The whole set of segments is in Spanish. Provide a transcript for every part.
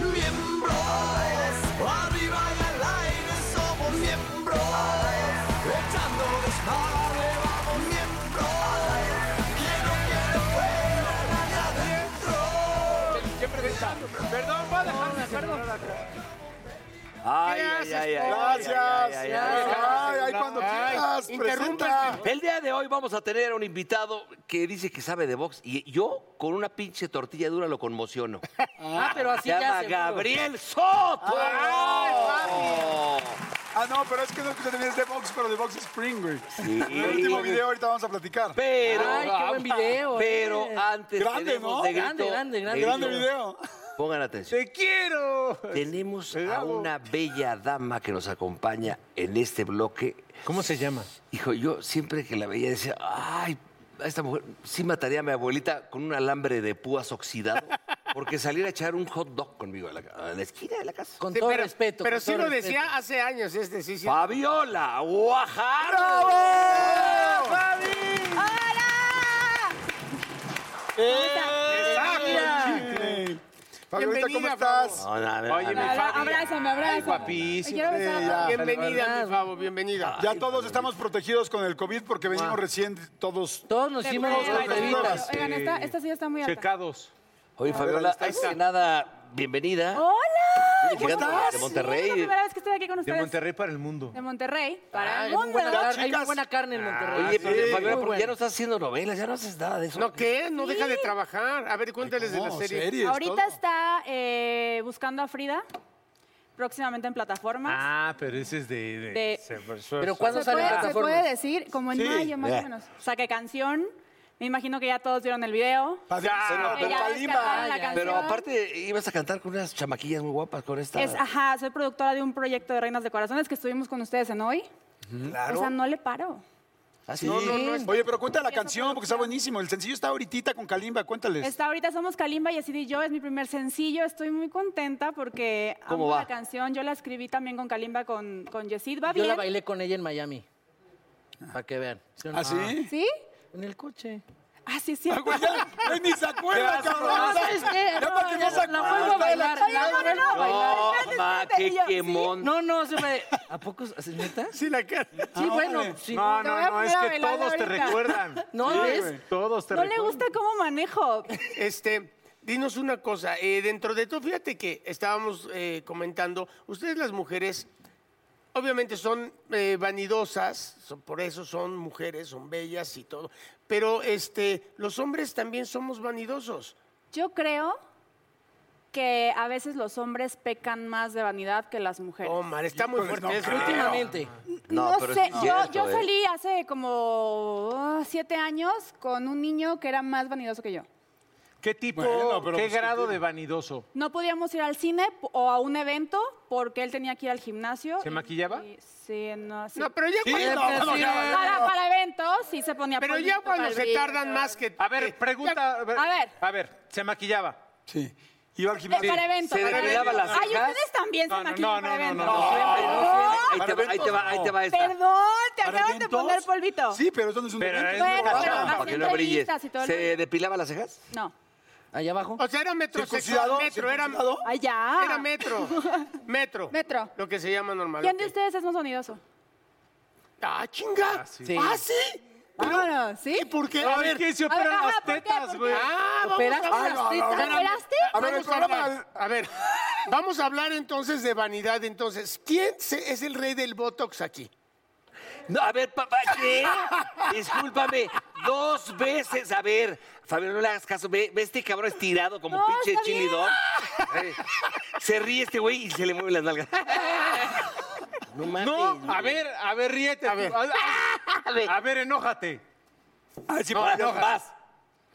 Miembros, arriba y al aire somos miembros, echando desmadre vamos miembros, quiero que fuera nadie adentro. ¿Qué presenta? Perdón, voy a dejarme, perdón. 아, Ay, Gracias, ay, ay, ay, Gracias. ay, ay, ay, ay, Ay, ay, cuando quieras, presenta. El día de hoy vamos a tener a un invitado que dice que sabe de box y yo con una pinche tortilla dura lo conmociono. Ah, pero así Se llama ya seguro. Gabriel Soto. Ay, Ah, no, pero es que no es que te tenías de box, pero de box Spring, güey. El último video ahorita vamos a platicar. Pero, Ay, qué buen video, Pero eh. antes Grande, tenemos ¿no? de grito, Grande, grande, grande. de Grande grito. video. Pongan atención. Te quiero. Tenemos a Bravo. una bella dama que nos acompaña en este bloque. ¿Cómo se llama? Hijo, yo siempre que la veía decía, ay, a esta mujer sí mataría a mi abuelita con un alambre de púas oxidado porque saliera a echar un hot dog conmigo a la, a la esquina de la casa. Con Sí, todo pero, respeto. Pero con sí todo lo respeto. decía hace años, este sí, sí. Fabiola Guajardo. Ey. Fabiolita, ¿cómo Bienvenida, estás? No, no, a ver, a Oye, ver. mi Fabi. Abrázame, abrázame. Guapísimo. Quiero besarlo. Bienvenida, mi Fabo, bienvenida. Ya todos estamos protegidos con el COVID porque venimos Ah. recién todos. Todos nos hicimos Ay, las ay, entrevistas. este, ay, Oigan, esta, esta silla está muy alta. Pecados. Oye, Fabiola, antes que nada, bienvenida. Oh, ¡Hola! Vienes llegando de Es la Monterrey. primera vez que estoy aquí con De ustedes. Monterrey para el mundo. De Monterrey, Para Ay, el Ah, muy mundo. buena car- Hay chicas. muy buena carne Ah, en Monterrey. Oye, pero Sí, Fabiola, muy ¿por qué ya no buena. estás haciendo novelas? Ya no haces nada de eso. ¿No qué? No deja de trabajar. A ver, cuéntales de la No, serie. series, Ahorita todo. está eh, buscando a Frida, próximamente en plataformas. Ah, pero ese es de. de- De- se- Pero ¿cuándo se, sale en puede, se puede plataforma? decir como en Sí, mayo más vea. o menos. Saqué canción. Me imagino que ya todos vieron el video. Padrísimo, Que ya Pepa ves que Lima. cantaron la canción. Pero aparte, ibas a cantar con unas chamaquillas muy guapas con esta. Es, ajá, soy productora de un proyecto de Reinas de Corazones que estuvimos con ustedes en hoy. O sea, Claro. no le paro. ¿Ah, sí? No, no, no, es- Oye, pero cuenta la Y esa canción porque está producción. buenísimo. El sencillo está ahorita con Kalimba, cuéntales. Está ahorita Somos Kalimba y así di yo, es mi primer sencillo, estoy muy contenta porque ¿Cómo amo va? la canción, yo la escribí también con Kalimba, con, con Yesid, va Yo la bien, bailé con ella en Miami. Para que vean. ¿Sí o no? ¿Ah, sí? ¿sí? En el coche. Ah, sí, es cierto. Güey, ya- güey, ni se acuerda, cabrón. ¿sabes qué? Ya No, para que no ya la se vuelvo a acuerde. bailar, Oye, no, no, no, No, espérate, Ah, ma, espérate, qué y yo, ¿sí? quemón. No, no, se me... ¿A poco? ¿Es neta? Sí, la cara. Sí, bueno. órale. sí. No, te voy no, a no, es poner a que bailar todos te ahorita. recuerdan. No, ¿ves? güey, Todos te No le recuerdan. gusta cómo manejo. Este, dinos una cosa. eh, dentro de todo, fíjate que estábamos eh, comentando, ustedes las mujeres, obviamente son eh, vanidosas, son- por eso son mujeres, son bellas y todo. Pero este, los hombres también somos vanidosos. Yo creo que a veces los hombres pecan más de vanidad que las mujeres. Oh, man, está muy Híjole, fuerte. no eso. creo. Últimamente. ¿eh? No, No, pero sé, sí yo, es cierto, yo ¿eh? salí hace como ah, siete años con un niño que era más vanidoso que yo. ¿Qué tipo, Bueno, pero qué pues, grado de vanidoso? No podíamos ir al cine p- o a un evento porque él tenía que ir al gimnasio. ¿Se y- maquillaba? y- sí, no, sí. No, pero ya Sí, cuando, no, no, ya, para, para eventos sí se ponía pero polvito, ya cuando se calvillo. tardan más que... A eh, ver, ya- pregunta. A ver. A ver, se maquillaba. Sí. Iba al Eh, gimnasio. para eventos. Se para depilaba eventos. las Ay, cejas. ustedes también No, se no, maquillan no, para no, no, eventos. no, Ahí te, va, ahí te va, ahí te va esta. Perdón, te ¿Para acaban de eventos? poner polvito. Sí, pero eso no es un Pero evento. es- Bueno, Ah, bueno, Para haciendo que no brilles. revistas y todo el ¿Se rollo. depilaba las cejas? No. Allá abajo. O sea, era metrosexual, ¿Circuncidado? metro, era, ¿Circuncidado? Ay, Ah, ya. era metro, metro. Metro. Lo que se llama normal. ¿Quién de ok. ustedes es más vanidoso? Ah, chinga. sí. Sí. Ah, sí. Vámonos, ¿sí? ¿Y por qué? A Ay, ver. que se A ver, operan ajá, las ¿por qué? tetas, ¿Por qué? güey. Ah, vamos ¿Operaste a- Ay, las no, tetas? no, no. Espérame. ¿Operaste? A ver, el Vamos a programa. hablar- a ver, vamos a hablar entonces de vanidad. Entonces, ¿quién se- es el rey del Botox aquí? No, a ver, papá, ¿qué? Discúlpame, dos veces. A ver, Fabián, no le hagas caso. Ve, ve este cabrón estirado como No, pinche está chili bien. dog. Eh, Se ríe este güey y se le mueven las nalgas. No mames. No, a ver, a ver, ríete. tú. A ver, a ver, enójate. Ay, sí, No, para- no, vas.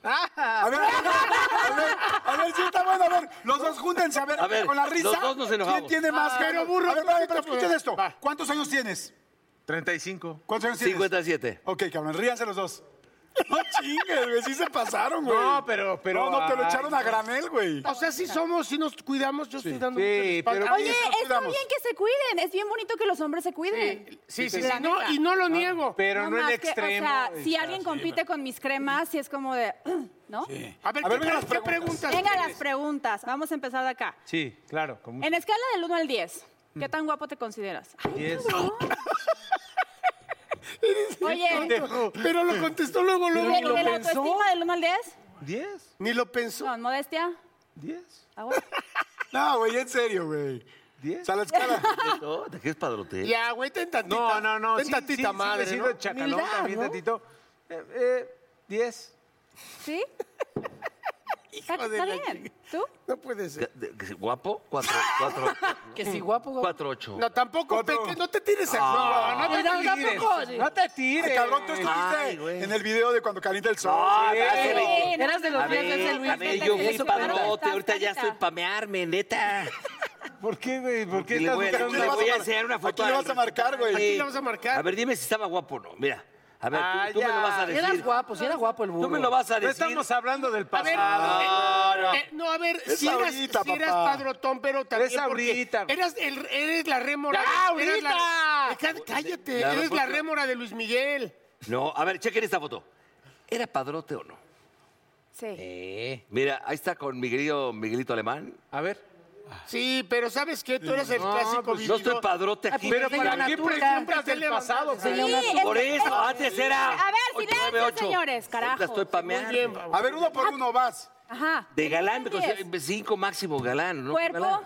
A ver, a ver, a ver, a ver, sí está bueno, a ver. Los dos júntense, a ver, A ver, con la los risa. dos nos enojamos. ¿Quién tiene más? Pero burro. A ver, pero, pero escuchen esto. Va. ¿Cuántos años tienes? 35. ¿Cuántos años tienes? 57. Ok, cabrón, ríanse los dos. No chingues, güey, sí se pasaron, güey. No, pero- pero- No, no, te lo ay, echaron a no. granel, güey. O sea, si somos, si nos cuidamos, yo estoy dando Sí, mucho la espalda. pero- Oye, Nos está cuidamos. bien que se cuiden. Es bien bonito que los hombres se cuiden. Sí, sí, sí, La no, neta. y no lo niego. Pero no, en más que, extremo. o sea, si Está alguien así, compite con mis cremas, sí es como de, ¿no? A ver, A ¿qué, ver, vengan pre- las qué preguntas. preguntas? Venga, las tienes? preguntas. Vamos a empezar de acá. Sí, claro. Con mucho En escala del 1 al 10, ¿qué tan guapo te consideras? diez. Oye, Pero lo contestó luego, ¿y luego. de, lo de la pensó. autoestima del 1 al 10? ¿Diez? Ni lo pensó. No, modestia. ¿Diez? Ah, bueno. No, güey, en serio, güey. O ¿Diez? sea, la escala. No, ¿De qué es padrote? Ya, Ah, güey, ten tantita. No, no, no. Ten sí, tantita sí, sí, madre, me siento ¿no? chacalón Humildad, también, ¿no? tantito. Eh, eh, diez. ¿Sí? Está, de está la bien. chica. ¿Tú? No puede ser. ¿Guapo? Cuatro, cuatro, Que si guapo, guapo. cuatro, ocho. Ah. No, tampoco, Cuatro. Peque, no te tires al Ah. No, no Oye, te no, tires. tampoco, sí. No te tires. Cabrón, tú Ay, estuviste güey. Ah, en el video de cuando calienta el sol. No, Sí. ya se ve. Sí, no, Eras de los A no, días no, de ver, ese Luis a Meta, ver, que yo te fui hizo padrote, padrota. ahorita ya estoy pamearme, neta. ¿Por qué, güey? ¿Por qué Y le estás voy a- Aquí buscando- le vas voy a mar- enseñar una foto Aquí le al vas a marcar, restaurante. güey. Aquí le vas a marcar. A ver, dime si estaba guapo o no. Mira, a ver, Ah, tú, tú me ya. lo vas a Si eras decir. guapo, si era guapo el burro. Tú me lo vas a No decir. estamos hablando del A ver, pasado. eh, eh, no, a ver, Es si eras, ahorita, si eras papá. padrotón, pero también Es porque ahorita. Eras, el- eres la rémora. ¡Ya, eres la- ahorita! Deja- cállate, Ya, no, eres la porque- rémora de Luis Miguel. No, a ver, chequen esta foto. ¿Era padrote o no? Sí. Eh, Mira, ahí está con mi querido Miguelito Alemán. A ver. Sí, pero ¿sabes qué? Tú eres el clásico pues, No vividor. estoy padrote Ah, aquí. Pero enseña ¿para una qué pues, turca. preguntas del Levantaste pasado? Sí, cabrón? es- Por eso, antes era. A ver, ocho, silencio, nueve, ocho. señores, Ahorita carajo. estoy pameando. Muy bien, vamos. A ver, uno Ah, por uno, vas. Ajá. De galán, me ¿Qué dices? considero cinco máximo galán, ¿no? ¿Cuerpo? Galán.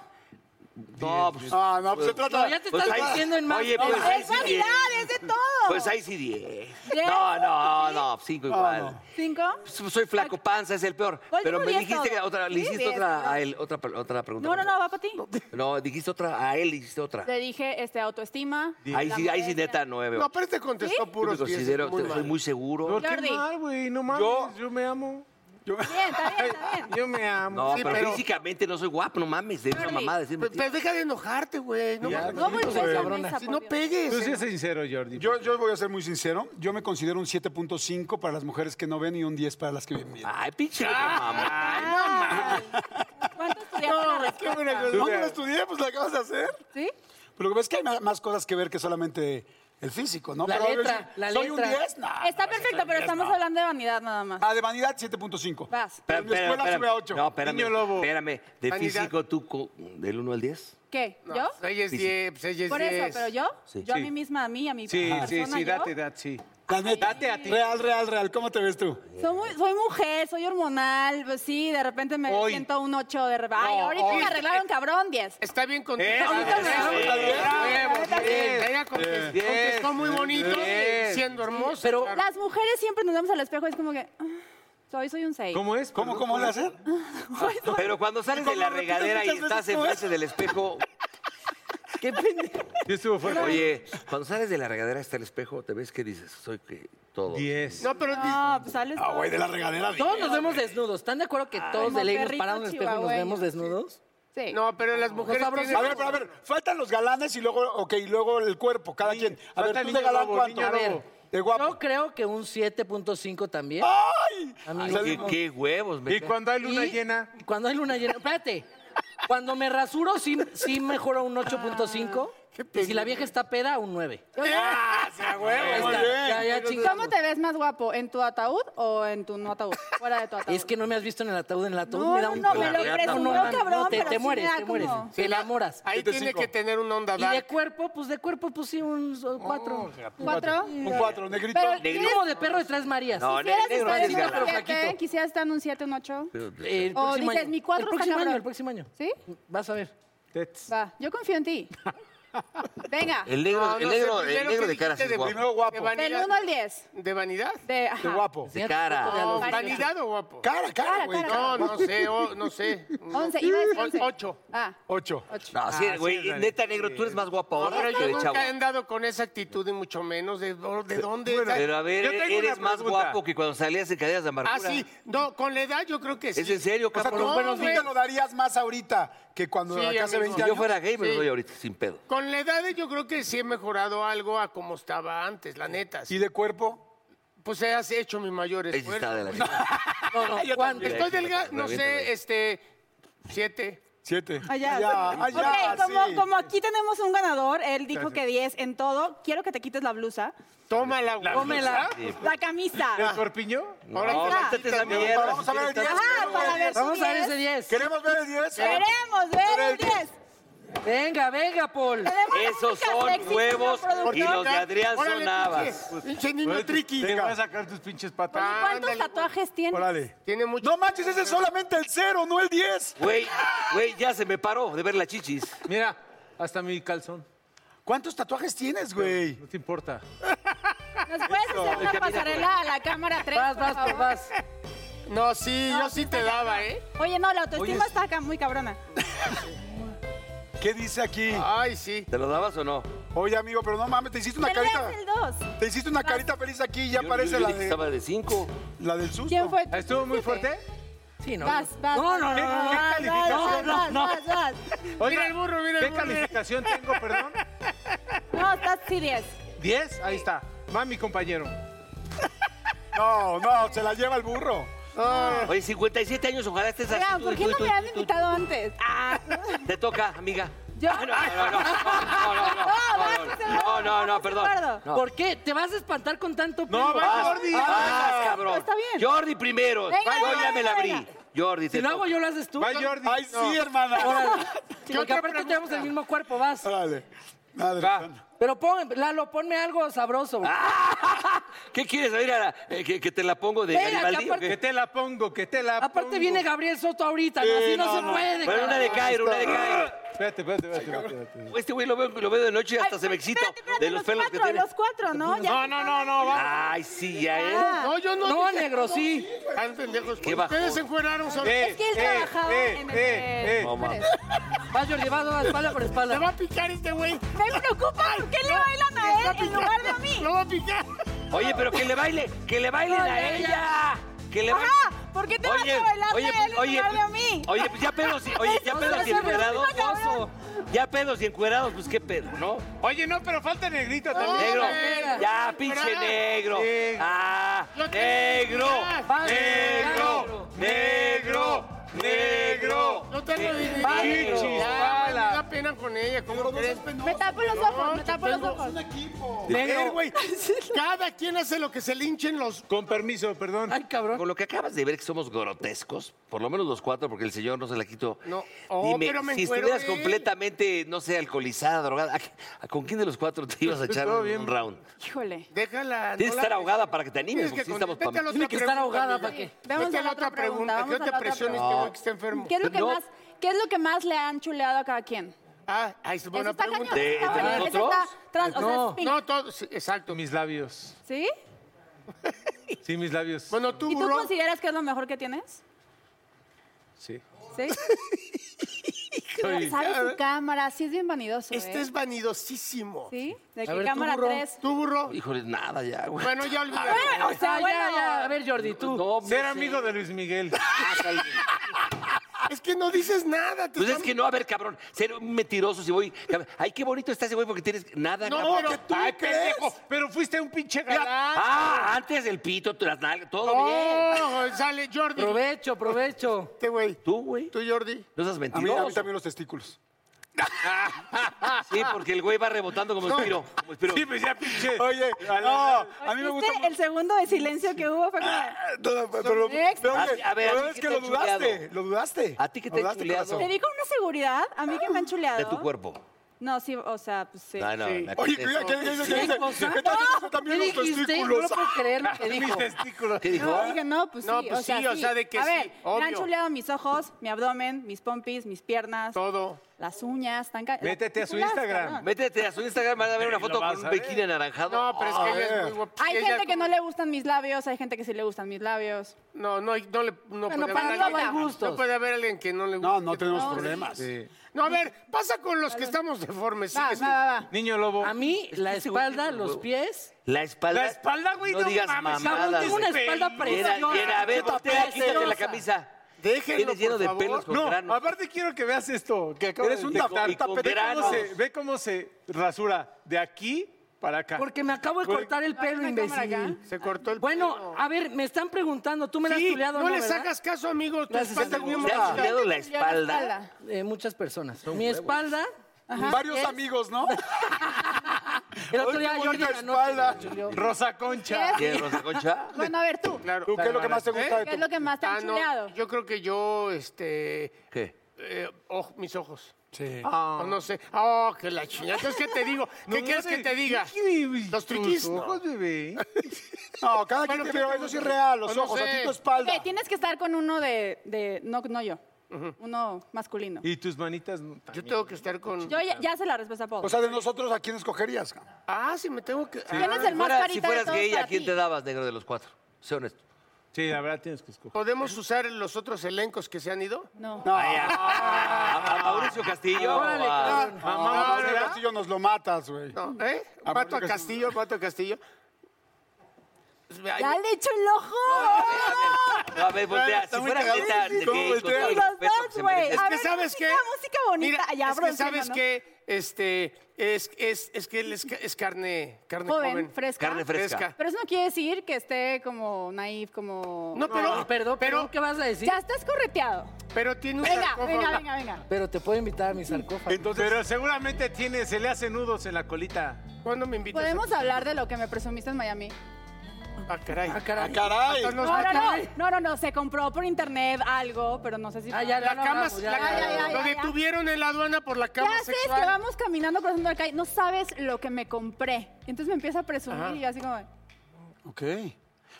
No, pues. Ah, no, pues se trata. No, ya te estás ahí- metiendo en más. Oye, pues ahí Es sí vanidad, diez. es de todo. Pues ahí sí diez. ¿Diez? No, no, no, cinco igual. ¿Cinco? Pues Soy flaco panza, es el peor. Pues Pero digo me diez dijiste que todo. otra, le Sí, hiciste diez, otra claro. a él, otra, otra pregunta. No, no, no, va para ti. No, dijiste otra a él, dijiste otra. Le dije este, autoestima. Ahí la sí, ahí sí, modestia. neta, nueve. No, pero este contestó Yo me puros diez, considero, muy que soy mal. muy seguro. ¿Por qué Jordi. mal, güey? No mames, Yo- yo, me amo. Bien, está bien, está bien. Yo me amo. No, sí, pero, pero- físicamente no soy guapo, no mames, de una Jordi, mamada. de Pero, siempre. pero deja de enojarte, güey. No, mames. No muy cabrona. cabrona. Si no pegues. Tú Pues, sí eres sincero, Jordi. Yo, yo voy a ser muy sincero. Yo me considero un 7.5 para las mujeres que no ven y un 10 para las que ven bien. Ah, Ay, pinche mamá. ¿Cuánto estudiaste? No, la güey, qué respuesta? buena cosa. No me lo estudié, pues la acabas de hacer. ¿Sí? Pero lo que pasa es que hay ma- más cosas que ver que solamente el físico, ¿no? La Pero a ver, letra, si- la ¿Soy un letra. 10? Nah. Está perfecto, pero estamos hablando de vanidad nada más. Ah, de vanidad, 7.5. Vas. Pero en mi escuela sube a 8. No, espérame. Niño lobo. Espérame. De Vanidad. físico, tú, co- ¿del 1 al 10? ¿Qué? No, ¿Yo? Ella es 10, pues ella es Por eso, 10. pero yo, Sí. yo a Sí. mí misma, a mí, a mi Sí, sí, persona, sí, yo, date, date, sí. La neta. Date a ti. Real, real, real. ¿Cómo te ves tú? Soy, muy- soy mujer, soy hormonal, pues sí, de repente me Hoy. siento un 8 de repente. Ay, No, ahorita hoy. me arreglaron, cabrón, 10. Está bien Eh, contestado. ahorita me Está bien, arreglo. bravo, bien. Bien, bien. Ella contestó, Bien. contestó muy bonito, Bien. siendo hermosa. Pero- claro. Las mujeres siempre nos vemos al espejo y es como que, ah, soy, soy un 6. ¿Cómo es? ¿Cómo, cómo le haces? Pero cuando sales de Como la repites regadera y muchas veces, estás ¿cómo es? enfrente del espejo, qué pendejo. Yo estuvo fuerte. oye, cuando sales de la regadera está el espejo, te ves que dices, soy que todo. Diez. No, pero No, pues sales. Ah, güey, de la regadera. di- Todos nos vemos desnudos. ¿Están de acuerdo que todos como de ley nos perrito paramos en el espejo y nos chihuahueño. vemos desnudos? Sí. No, pero las mujeres sabroso. tienen- Ah. A ver, pero a ver, faltan los galanes y luego, ok, y luego el cuerpo, cada quien. A falta ver, el tú de niño galán, lobo, ¿cuánto? niño A ver, lobo. De Yo guapo. creo que un 7.5 también. ¡Ay! Ay, Amigo. qué, qué huevos, me Y cae. cuando hay luna Y llena, Cuando hay luna llena. Espérate. Cuando me rasuro, sí, sí mejoro un 8.5. Ah, Y si la vieja está peda, un 9. Ah, huevo! ya, ya, chinga. ¿Cómo te ves más guapo? ¿En tu ataúd o en tu no ataúd? Fuera de tu ataúd. Es que no me has visto en el ataúd, en el ataúd No, me da no, un no, me lo clavo. presumió, man, cabrón, te, pero te sí me mueres, da te mueres. como- Te enamoras. Ahí Siete, tiene cinco. que tener una onda Y de dark. cuerpo, pues de cuerpo, pues sí, un 4. ¿Cuatro? Oh, Un cuatro, negrito. Pero Negrito. como de perro de tres Marías. No, ¿quisieras negro, estar en negro, un pero siete? flaquito. ¿Quisieras estar en un 7, un 8? El O próximo dices, año. mi cuatro El está próximo año, cabrón. el próximo año. ¿Sí? Vas a ver. Va, yo confío en ti. Venga, El negro, No, el no sé, negro, el primero negro que de cara sí dijiste es guapo. Primero guapo. ¿De del vanidad? 1 al 10. ¿De vanidad? De, ajá. De guapo. De cara. No, ¿Vanidad o guapo? Cara, cara, güey. cara. No, no sé, o- no sé. 11, iba a decir O- 11. Ocho. Ah, Ocho. No, Ah, Ah, sí, güey, neta negro, tú eres más guapo No, ahora pero que yo de nunca chavo. he andado con esa actitud y mucho menos de, do- de dónde. Pero a ver, Yo tengo una eres más pregunta. guapo que cuando salías en cadenas de amargura. ah, sí. No, con la edad yo creo que sí. ¿Es en serio, O sea, cabrón? tú No, buenos güey. días lo darías más ahorita que cuando Sí, acá hace amigo. 20 si años. yo fuera gay, me lo Sí. doy ahorita sin pedo. Con la edad yo creo que sí he mejorado algo a como estaba antes, la neta. ¿Y de cuerpo? Pues has hecho mi mayor Ahí sí está de esfuerzo. la chingada. No, no, Juan, también. Estoy delgado, no Reviéntame. sé, este, siete. Siete. Allá. Allá, allá, ok, como, ah, sí. como aquí tenemos un ganador, él dijo que 10 en todo, quiero que te quites la blusa, Tómala, güey. cómela. la camisa. ¿El corpiño? No, Ahora que- quítate esa Pero mierda. Vamos a ver el 10. Ajá, Ah, para ver Vamos su a ver 10. ese 10. ¿Queremos ver el 10? Queremos ver el 10. Venga, venga, Paul. Tenemos Esos música son sexy, huevos señor productor. y los de Adrián Órale, son habas. pinche- Pinche niño triqui. Te voy a sacar tus pinches patas. Oye, ¿Cuántos Ándale. tatuajes tienes? Órale. Tiene mucho. No manches, ese es solamente el cero, no el 10. Güey, güey, ya se me paró de ver las chichis. Mira, hasta mi calzón. ¿Cuántos tatuajes tienes, güey? No te importa. ¿Nos puedes hacer una pasarela a la cámara 3, Vas, por vas, Paul, favor? vas. No, sí, No, yo sí te daba, ¿eh? Oye, no, la autoestima Oye, está acá muy cabrona. ¿Qué dice aquí? Ay, sí. ¿Te lo dabas o no? Oye, amigo, pero no mames, te hiciste una Pero carita. es el 2. Te hiciste una carita feliz aquí y ya Yo- parece yo la, dije que de, Estaba de cinco. la del susto. ¿Quién fue? ¿Estuvo muy fuerte? Sí, no. Vas, vas. No, no, no, ¿Qué- no, no. Vas, vas, vas, vas, vas. Oiga, Mira el burro, mira el ¿Qué burro. calificación tengo, perdón? No, estás sí 10. ¿10? Ahí está. Va mi compañero. No, no, se la lleva el burro. Ah. Oye, 57 años, ojalá estés así. Oigan, tú, ¿por y qué tú, y no tú, me han y tú, y tú. invitado antes? Ah, Te toca, amiga. yo. Ah, No, no, no. No, vas, No, vas, no, no, vas, no, no, vas, perdón. Eduardo. No. ¿Por qué? ¿Te vas a espantar con tanto pelo? va, Vas, Jordi. vas, cabrón. está bien. Jordi primero. Venga, Yo venga, ya me la abrí. venga. Jordi, te Si lo hago toca. yo, lo haces tú. Va Jordi. Ay, sí, hermana. Órale. Porque aparte tenemos el mismo cuerpo, vas. Órale. Madre santa. Pero pon, Lalo, ponme algo sabroso. güey. Ah, ¿Qué quieres oír? Ara? Eh, que, que te la pongo de Venga, Garibaldi. que aparte- o Que qué? te la pongo, que te la pongo. Aparte Ah, viene Gabriel Soto ahorita, ¿no? así no, se puede. Bueno, una de carajo. Cairo, una de Ah, Cairo. Espérate, espérate, espérate. espérate. Este güey lo veo, lo veo de noche y hasta Ay, se me excita espérate, espérate, de los pelos que cuatro, tiene. Los cuatro, ¿no? Ya. No, no, no, no, va. Ay, sí, ya es. Ah. No, yo no. No, dije- negro, sí. Están pendejos. Qué Ustedes bajón. se encueraron solo. Eh, Es que él eh, trabajaba eh, en el... eh, eh. No, mames. Vas, Jordi, vas, vas, espalda por Te espalda. va a picar este güey. Me preocupa por qué le bailan a él en lugar de a mí. Lo va a picar. Oye, pero que le baile, que le bailen Oye, a ella. Que le baile. Ajá, ¿por qué te vas a bailar de él en lugar de a mí? Oye, pues ya pedos, y- oye, ya Eso pedos se y me encuerados. olvida, cabrón. Ya pedos y encuerados, pues qué pedo, ¿no? Oye, no, pero falta negrito también. Negro, espera. ya, pinche negro. Sí. Ah, Yo te- negro, Ya. Eh, negro, negro, negro. No tengo dinero. Chichis, Ya, me pala. da pena con ella. ¿Cómo crees? Me tapo los ojos, me tapo los ojos. Eh, güey, Cada quien hace lo que se linchen los. Con permiso, perdón. Ay, cabrón. Con lo que acabas de ver que somos grotescos, por lo menos los cuatro, porque el señor no se la quitó. No. Oh, Dime, pero me si encuero estuvieras de él. completamente, no sé, alcoholizada, drogada, ¿a qué- a- ¿con quién de los cuatro te ibas a echar Todo un bien. round? Híjole. Déjala. Tienes que no la- estar ahogada para que te animes, Tienes porque que sí estamos contestar pa' la otra Tiene que estar pregunta, ahogada para Miguel. que... Vamos Vete a la otra pregunta. Que no vamos a te la otra presiones, pregunta. este güey que está enfermo. ¿Qué es lo que No. más, qué es lo que más le han chuleado a cada quien? Ah, ahí se Eso buena está pregunta. cañón, ¿De- está de bueno, eso nosotros? está trans- o sea, No. es pink. No, todo, sí, exacto. Mis labios. ¿Sí? Sí, mis labios. Bueno, tú, ¿Y tú burro. consideras que es lo mejor que tienes? Sí. ¿Sí? Sabe su cámara, sí es bien vanidoso, Este ¿eh? es vanidosísimo. ¿Sí? De ver, que tú, cámara burro. 3. Tú, burro. Híjole, nada ya, güey. Bueno, ya olvidé. Bueno, o sea, Ah, ya, bueno. ya. A ver, Jordi, tú. No, Ser no sé. amigo de Luis Miguel. Es que no dices nada. te Pues es están- que no, a ver, cabrón, ser un mentiroso si voy. Ay, qué bonito está ese güey porque tienes nada, No, cabrón. pero tú Ay, crees. pendejo. Pero fuiste un pinche galán. Ah, antes el pito, las nalgas, todo Oh, bien. No, Oh, sale Jordi. Provecho, provecho. Este güey. Tú, güey. Tú, Jordi. No seas a mí, a mentiroso. mí también los testículos. Sí, porque el güey va rebotando como espiro. Como espiro. Sí, pues ya pinche. Oye, no, a mí me gusta. ¿Viste el segundo de silencio que hubo? Fue como- Todo, pero, pero, oye, A- a ver, ¿a la ti verdad es qué que te lo han chuleado? dudaste, lo dudaste. ¿A ti qué Lo te han dudaste, chuleado? corazón. Te vi con una seguridad, a mí que me han chuleado. De tu cuerpo. No, sí, o sea, pues sí. No, no, Sí. la Oye, que- cuida, ¿qué dice? ¿Qué dice? cosa? ¿Qué tal que dice ¿Qué también los dijiste? No lo testículos? puedo creer lo que Mis dijo. testículos. ¿Qué dijo? No, dije, no, pues sí. No, pues o sea, sí, o sea, de que a sí, ver, me han obvio. chuleado mis ojos, mi abdomen, mis pompis, mis piernas, Todo. las uñas, tan ca- Métete a su Chuladas, Instagram. cabrón. Métete a su Instagram, van a ver una Ahí lo foto vas con a un ver. bikini anaranjado. No, pero es que ella Ah, eh. es muy guapa. Hay Ella gente que no como- le gustan mis labios, hay gente que sí le gustan mis labios. No, no, hay- no le. No Bueno, puede para haber todo alguien- hay gustos. No puede haber alguien que no le guste. No, no tenemos problemas. No, a ver, pasa con los que estamos deformes. Va, sigues va, tú. va, va. Niño lobo. A mí, la espalda, los pies. La espalda. La espalda, güey, No, no digas Cabrón, mames, mamadas. tengo una güey. espalda Llena- preciosa. llena- a ver, Puta, voltea, quítate la preciosa. camisa. Déjenlo, Tienes lleno por de favor. pelos con No, granos. aparte quiero que veas esto. Que acabo Eres de un de- tap- y con tapete, Ve cómo, granos. se, ve cómo se rasura de aquí para acá. Porque me acabo de cortar el pelo, una cámara imbécil. Se cortó el Bueno, a ver, me están preguntando, tú me la has Sí, chuleado, no, ¿no? le verdad? sacas caso, amigo. Tu Gracias, espalda es amigo. bien ¿Te has bonita. chuleado la Yo la espalda? Eh, muchas personas. Mi espalda. Varios amigos, ¿no? El otro Ay, día qué Jordi bonita en la noche espalda. me la chuleó. Rosa Concha. ¿Quieres? ¿Quieres Rosa Concha? Bueno, a ver tú. Claro. ¿Tú qué es lo que más te gusta de ¿Eh? ¿Qué es tu lo que más te han Ah, no, chuleado? Yo creo que yo, este. ¿Qué? Ah. eh, ojo, mis ojos. Sí. O no sé. Oh, que la chingada. Entonces, ¿qué te digo? ¿Qué quieres que te diga? Los triquis. no. ojos, bebé. No, cada Bueno, quien, ¿qué pero te eso sí es gusta? real, los No ojos, sé. a ti tu espalda. Ok, tienes que estar con uno de, de no, no yo, uno masculino. Y tus manitas. no- Yo tengo que estar con. Yo ya, ya sé la respuesta, Paul. O sea, de nosotros, ¿a quién escogerías? cabrón? Ah, sí, me tengo que. ¿Quién es Ah, el más Fuera- carita si de fueras todos gay, para ¿a quién ti? te dabas, negro de los cuatro? Sé honesto. Sí, la verdad tienes que escoger. ¿Podemos usar los otros elencos que se han ido? No. ¿A, a Mauricio Castillo? Ah, Ah, Órale, o a- cabrón. Mamá, no, Castillo nos lo matas, güey. No, ¿eh? Ah, Pato a porque- Castillo, Pato a Castillo. Pues, Ay, ¡Ya le echo el ojo! No, a ver, voltea. Está si muy fuera cagado. neta, de ¿Cómo gay, con voltea? todo el Los respeto dos, que se güey. merece. Es A que ver, sabes música, qué. música bonita. Mira, Ya, es que broncea, sabes ¿no? qué, este, es, es, es que él es, ca- es carne, carne joven. Joven, fresca. Carne fresca. Fresca. Pero eso no quiere decir que esté como naif, como... No, pero, No, perdón, pero pero, ¿qué vas a decir? Ya estás correteado. pero tiene un Venga, sarcófago. venga, venga, venga. Pero te puedo invitar a mi sarcófago. Pero seguramente tiene, se le hace nudos en la colita. ¿Cuándo me invitas? ¿Podemos hablar de lo que me presumiste en Miami? a- Ah, caray. Ah, caray. Caray. No, no, No, no, no, caray. no, no, no, se compró por internet algo, pero no sé si... Ah, ya, La no cama, hablamos, ya, la ya, cama- ya, ya, lo ya, ya. detuvieron en la aduana por la cama Ya sé, es sexual. que vamos caminando cruzando la calle, no sabes lo que me compré. Entonces me empieza a presumir y yo así como... Ok.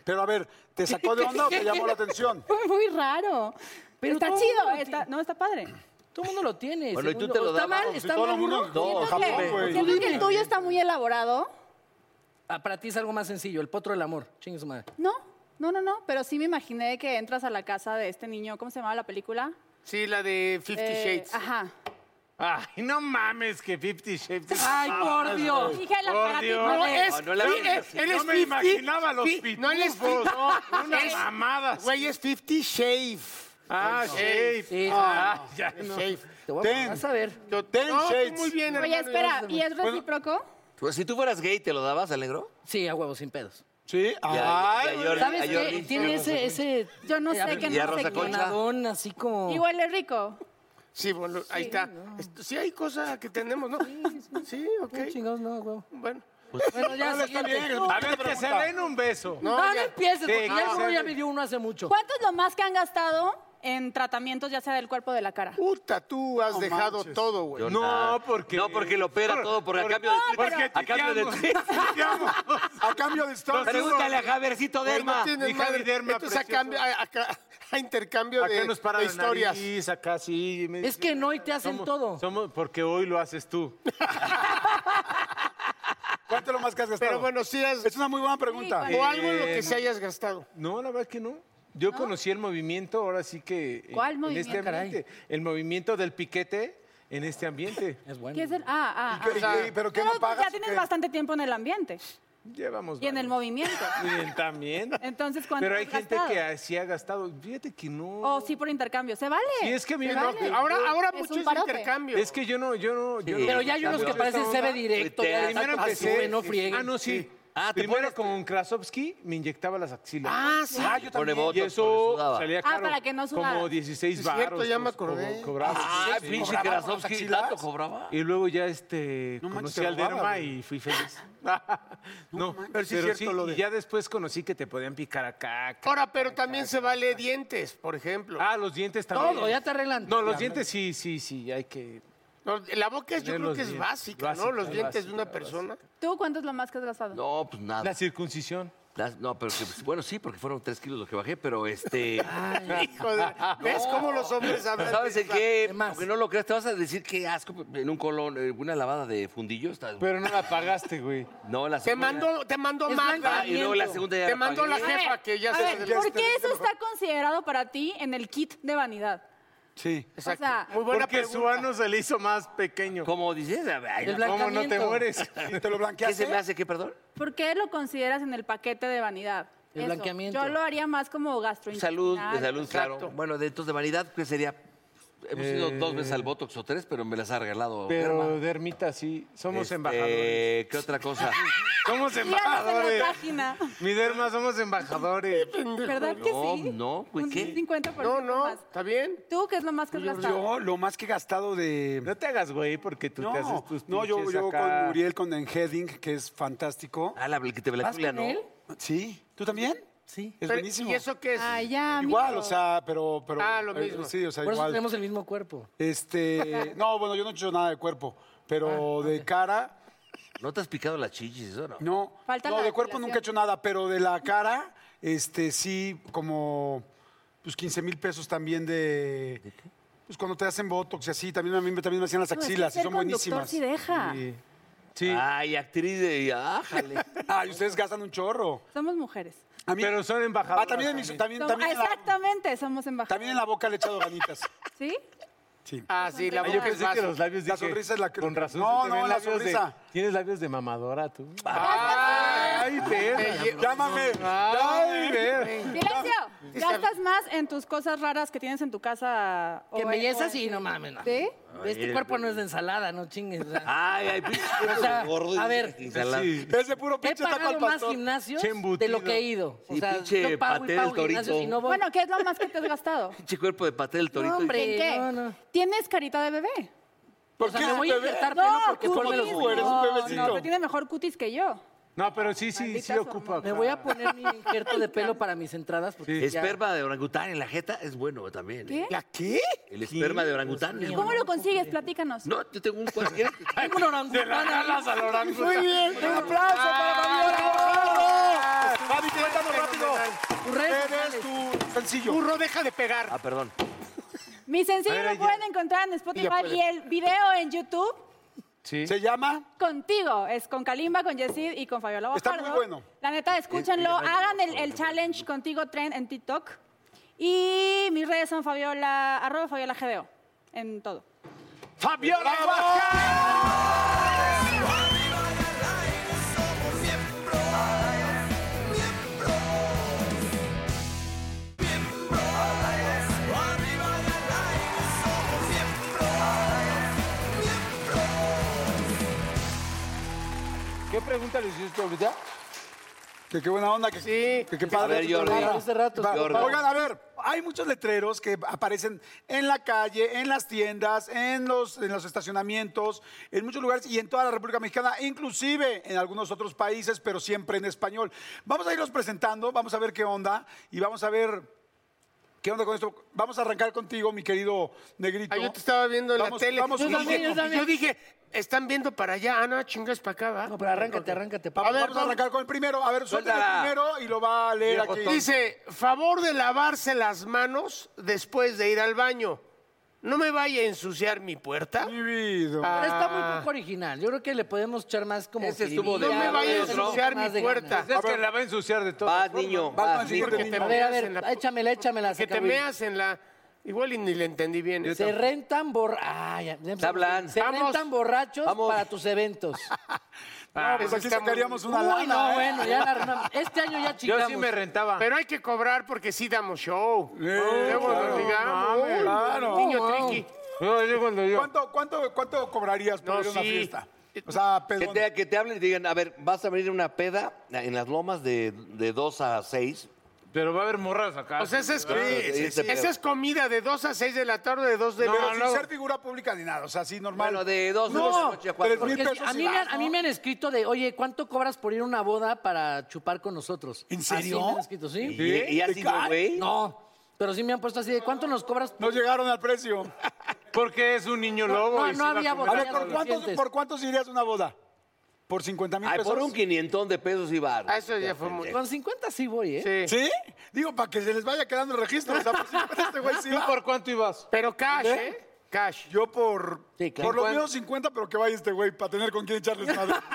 Pero a ver, ¿te sacó de onda o te llamó la atención? Fue muy raro. Pero Pero está todo chido, mundo lo está- tiene. no, está padre. Todo el mundo lo tiene. Bueno, y según tú yo. te lo ¿Está dabas, mal? pues, ¿Está todo mal? el mundo- uno? No, Siento jamón, que- güey. siento que el tuyo está muy elaborado. Ah, para ti es algo más sencillo, el potro del amor. Chingue su madre. No, no, no, no. Pero sí me imaginé que entras a la casa de este niño, ¿cómo se llamaba la película? Sí, la de Fifty Eh, Shades. Ajá. Ay, no mames que 50 Shades. Ay, Ah, por Dios. Dije el Por aparatito. Dios. No, es, no la sí, vi. es- él Yo es me 50. imaginaba los Sí, No, él es pitufos. 50. No, Unas es- mamadas. Güey, es 50 Shave. Ah, shape. Sí, Ah, ya no. Shave. te voy Ten. a, vas a ver. Yo, Ten no, tú Shades. muy bien, Oye, hermano, espera, ya- ¿y es recíproco? Pues, si tú fueras gay, ¿te lo dabas al negro? Sí, a huevo, sin pedos. Sí. ya, Ay, ya, güey. Jordi. ¿Sabes Ay, qué? Jordi. Tiene ese, ese... Yo no eh, a sé ver, qué y a no sé Rosa quién. Concha. Tonadón, así como... Y huele rico. Sí, bueno, ahí está. Esto- Sí hay cosas que tenemos, ¿no? Sí, ok. No, chingados, no, a huevo. Bueno. Bueno, ya, siguiente. A ver, que se den un beso. No, no, ya. empieces, porque Sí, ya el no. burro ya me dio uno hace mucho. ¿Cuánto es lo más que han gastado en tratamientos, ya sea del cuerpo o de la cara? Puta, tú has dejado todo, güey. Yo No, nada. porque- No, porque lo opera Por- todo, porque a por- cambio de porque tweets. A cambio de tuiteamos. tweets. Tuiteamos. A cambio de Star Pregúntale a Javiercito Güey, no Derma. tienes Mi madre. Javi Derma, Esto es a, precioso. cambio- a- a- a intercambio Acá de, nos para de la historias. nariz, acá sí. me- Es que no, y te hacen Somos- todo. Somos, porque hoy lo haces tú. ¿Cuánto es lo más que has gastado? Pero bueno, sí has... Es una muy buena pregunta. Sí, O algo en lo que se hayas gastado. eh, No, la verdad es que no. Yo conocí el movimiento, ahora sí que... en- ¿Cuál en movimiento? este ambiente. El movimiento del piquete en este ambiente. Es bueno. ¿Qué es el? Ah, ah, ¿Qué- ah. qué- ¿Pero qué Pero no pagas? ya o tienes qué? bastante tiempo en el ambiente Llevamos y en el varios. movimiento. Y en- también. Entonces, ¿cuánto Pero hay has gente gastado? que así ha gastado. Fíjate que no... O sí por intercambios. ¿Se vale? Sí, es que a mí ¿Se no- vale? Ahora, ahora Es un mucho es parote. intercambio. Es que yo no, yo no... yo Sí. no- Pero ya hay unos que Esta parecen onda, CB directo. Te- Ya, Primero exacto, empecé... sube, no frieguen. Ah, no, sí. Ah, ¿te Primero pones- con Krasovsky me inyectaba las axilas. Ah, sí. Ah, yo Pone también. Y botox, eso porque sudaba. salía Ah, caro. para que no sudara. Como 16 Sí, baros. cierto, ya me co- acordé. co- cobraba. Ah, Sí. pinche ¿Cobraba por las Krasovsky, axilas? ¿tanto cobraba? Y luego ya este No manches, conocí te al robaba, Derma güey. y fui feliz. no, manches. pero sí, Pero sí, lo y de- ya después conocí que te podían picar acá. acá. Ahora, pero también se vale dientes, por ejemplo. Ah, los dientes también. Todo, ya te arreglan. No, los Ya, dientes sí, sí, sí, hay que... No, la boca es, yo Tener creo los que es dientes. básica, ¿no? Básica, Los dientes de una básica, persona. ¿Tú cuánto es lo más que has gastado? No, pues nada. La circuncisión. Las- no, pero que- pues, bueno, sí, porque fueron tres kilos lo que bajé, pero este. Hijo de- ¿Ves cómo los hombres hablan? Pero ¿Sabes de en esa- qué? ¿Qué más? Aunque no lo creas, te vas a decir que asco pues, en un colón, en una lavada de fundillo. Está... Pero no la pagaste, güey. no, la Te segunda- mando, te mando Es más. blanca. Ah, y luego la segunda ya Te la mando pagué. la jefa que ya A se ver, adelantó. ¿por qué eso está considerado para ti en el kit de vanidad? Sí. O sea, Muy buena Porque su pregunta. ano se le hizo más pequeño. ¿Cómo dices? Ay, El no. ¿Cómo no te blancamiento. mueres? ¿Te ¿Qué lo blanqueaste? se me hace? ¿Qué, perdón? ¿por qué lo consideras en el paquete de vanidad? El Eso. blanqueamiento. Yo lo haría más como gastrointestinal. Salud, de salud, claro. Exacto. Bueno, de, entonces de vanidad, ¿qué sería? Hemos ido dos veces al Botox o tres, pero me las ha regalado. Eh. Pero Derma. Dermita sí, somos Oh. Este, embajadores. ¿Qué otra cosa? Somos Síganos en embajadores. la página. Mi Derma, somos embajadores. ¿Verdad que No, sí? no, pues, Un ¿qué? 50% No, no, más. está bien. ¿Tú qué es lo más que has gastado? Yo, lo más que he gastado de. No te hagas, güey, porque tú No, te haces tus no, yo, pinches yo acá. con Uriel, con Enheading, que es fantástico. Ah, la que te blancula, ¿no? Sí. ¿Tú también? Sí. Es Pero, buenísimo. ¿Y eso qué es? Ay, ya, amigo. Igual, o sea, pero, pero. Ah, lo eh, mismo. Sí, o sea, Por eso igual. tenemos el mismo cuerpo. Este. No, bueno, yo no he hecho nada de cuerpo, pero de cara. ¿No te has picado las chichis, eso no? No. Falta no, la de cuerpo nunca he hecho nada, pero de la cara, este, sí, como pues 15 mil pesos también de. Pues cuando te hacen botox y así, también a mí me- también me hacían las No, es que axilas y ser son conductor buenísimas. sí deja. Sí, Ay, actriz de. ¡Ájale! Ay, ustedes gastan un chorro. Somos mujeres. A mí- pero son Ah, embajadores. también, en mis- también, Som- también en la, Exactamente, somos embajadores. también en la boca le he echado ganitas. ¿Sí? Sí. Ah, sí, la Ay, boca Yo pensé es que más. los labios La dije, sonrisa es la que- Con razón. No, se te no, ven la labios de- sonrisa. Tienes labios de mamadora, tú. ¡Ay, Ay, Llámame. Ay, ver. ¡Silencio! ¿Gastas más en tus cosas raras que tienes en tu casa? o Que en- o belleza en- sí, no mames. no. ¿Sí? Este cuerpo no es de ensalada, no chingues. o sea, Ay, ay, pinche O sea, gordo y a ver, instalado. Sí. Ese puro He pinche taco al pagado más pastor. gimnasios Che embutido. de lo que he ido. O Sí, sea, pinche yo pago paté y del pago torito. gimnasios y no voy. Bueno, ¿qué es lo más que te has gastado? Pinche cuerpo de paté del torito. No, hombre. ¿En qué? no, no. ¿Tienes carita de bebé? ¿Por o sea, qué me un voy a bebé? inyectar pelo porque ¿cómo solo me los tú voy. eres un bebecito? No, pero tiene mejor cutis que yo. No, pero sí, sí, Maldita sí su ocupa. Me voy a poner mi injerto de pelo para mis entradas porque ya- Esperma de orangután en la jeta es bueno también. ¿eh? ¿Qué? ¿La qué? El esperma de orangután es ¿Cómo bueno. lo consigues? Platícanos. No, yo tengo un cualquiera. Tengo un orangután. al orangután. Muy bien, un aplauso para Fabiola. Bravo. Fabi, cuéntanos rápido. Tus redes Eres tu sencillo. Burro, deja de pegar. Ah, perdón. Mi sencillo A ver, lo ella- pueden encontrar en Spotify ella puede. y el video en YouTube. Sí. Se llama Contigo, es con Kalimba, con Yesid y con Fabiola Está Bajardo. muy bueno. La neta, escúchenlo, hagan el, el challenge contigo trend en TikTok. Y mis redes son Fabiola, arroba Fabiola GDO, en todo. ¡Fabiola ¿Qué pregunta le hiciste ahorita? Que qué buena onda que sí. Que qué padre. ver, que te Jordi. hablara. Hace rato, Va, Jordi. Oigan, a ver, hay muchos letreros que aparecen en la calle, en las tiendas, en los, en los estacionamientos, en muchos lugares y en toda la República Mexicana, inclusive en algunos otros países, pero siempre en español. Vamos a irlos presentando, vamos a ver qué onda y vamos a ver qué onda con esto. Vamos a arrancar contigo, mi querido negrito. Ay, Ah, yo te estaba viendo en la Vamos- tele. vamos yo, con- dije, yo también. yo dije, están viendo para allá. Ah, no, chingas para acá, ¿va? No, pero arráncate, arráncate. Vamos, papá. vamos a arrancar con el primero. A ver, suelta el Suéltala. primero y lo va a leer aquí. Dice, favor de lavarse las manos después de ir al baño. No me vaya a ensuciar mi puerta. Ah, Mi vida. Pero está muy poco original. Yo creo que le podemos echar más como. Ese estuvo jiribilla, de No me vaya a Dios, ¿no? ensuciar mi más de puerta. ganas. Es que la va a ensuciar de todo. Vas, niño. Vas Vas, con el niño. Porque te A ver, a meas en ver, la- échamela, échamela. Que te Zacahuil. meas en la... Igual y ni le entendí bien. Se rentan borrachos. hablan. Se Vamos. rentan borrachos Vamos. para tus eventos. Ah, Pues eso aquí está muy- sacaríamos una lana. Uy, no, ¿eh? bueno, ya la armamos. Este año ya Yo chingamos. sí me rentaba. Pero hay que cobrar porque sí damos show. Luego claro. nos digamos. Mames. uy, Claro. Niño triqui. No, yo cuando yo- ¿Cuánto, cuánto, ¿Cuánto cobrarías por No, ir a una sí. fiesta? O sea, Eh, Que pedón. te, que te hablen y te digan, a ver, vas a venir a una peda en las lomas de, de 2 a 6. Pero va a haber morras acá. O sea, esa Pues es, sí, sí, sí. esa es comida de 2 a 6 de la tarde, de 2 de Pero la Pues, sin no. ser figura pública ni nada, o sea, así normal. Bueno, de 2 de la noche a 4. tres mil Porque es que pesos a, si mí me, vas, han- a mí ¿no? me han escrito de, oye, ¿cuánto cobras por ir a una boda para chupar con nosotros? ¿En Así serio? me han escrito, ¿sí? ¿Y, y así, ¿Te güey? No, pero sí me han puesto así de, ¿cuánto nos cobras? No llegaron al precio. Porque es un niño lobo. no, y no se va había a comer- A ver, Vaya, ¿por lo cuántos, sientes. ¿por cuántos irías a una boda? ¿Por 50 mil Ay, pesos? por un quinientón de pesos y bar. Ah, eso ya fue muy- Con 50 sí voy, ¿eh? Sí. ¿Sí? Digo, para que se les vaya quedando el registro. O sea, por 50 este güey sí ¿Tú va. por cuánto ibas? Pero cash, ¿eh? Cash. Yo por, Sí, claro. por lo menos 50, pero que vaya este güey para tener con quién echarles madre.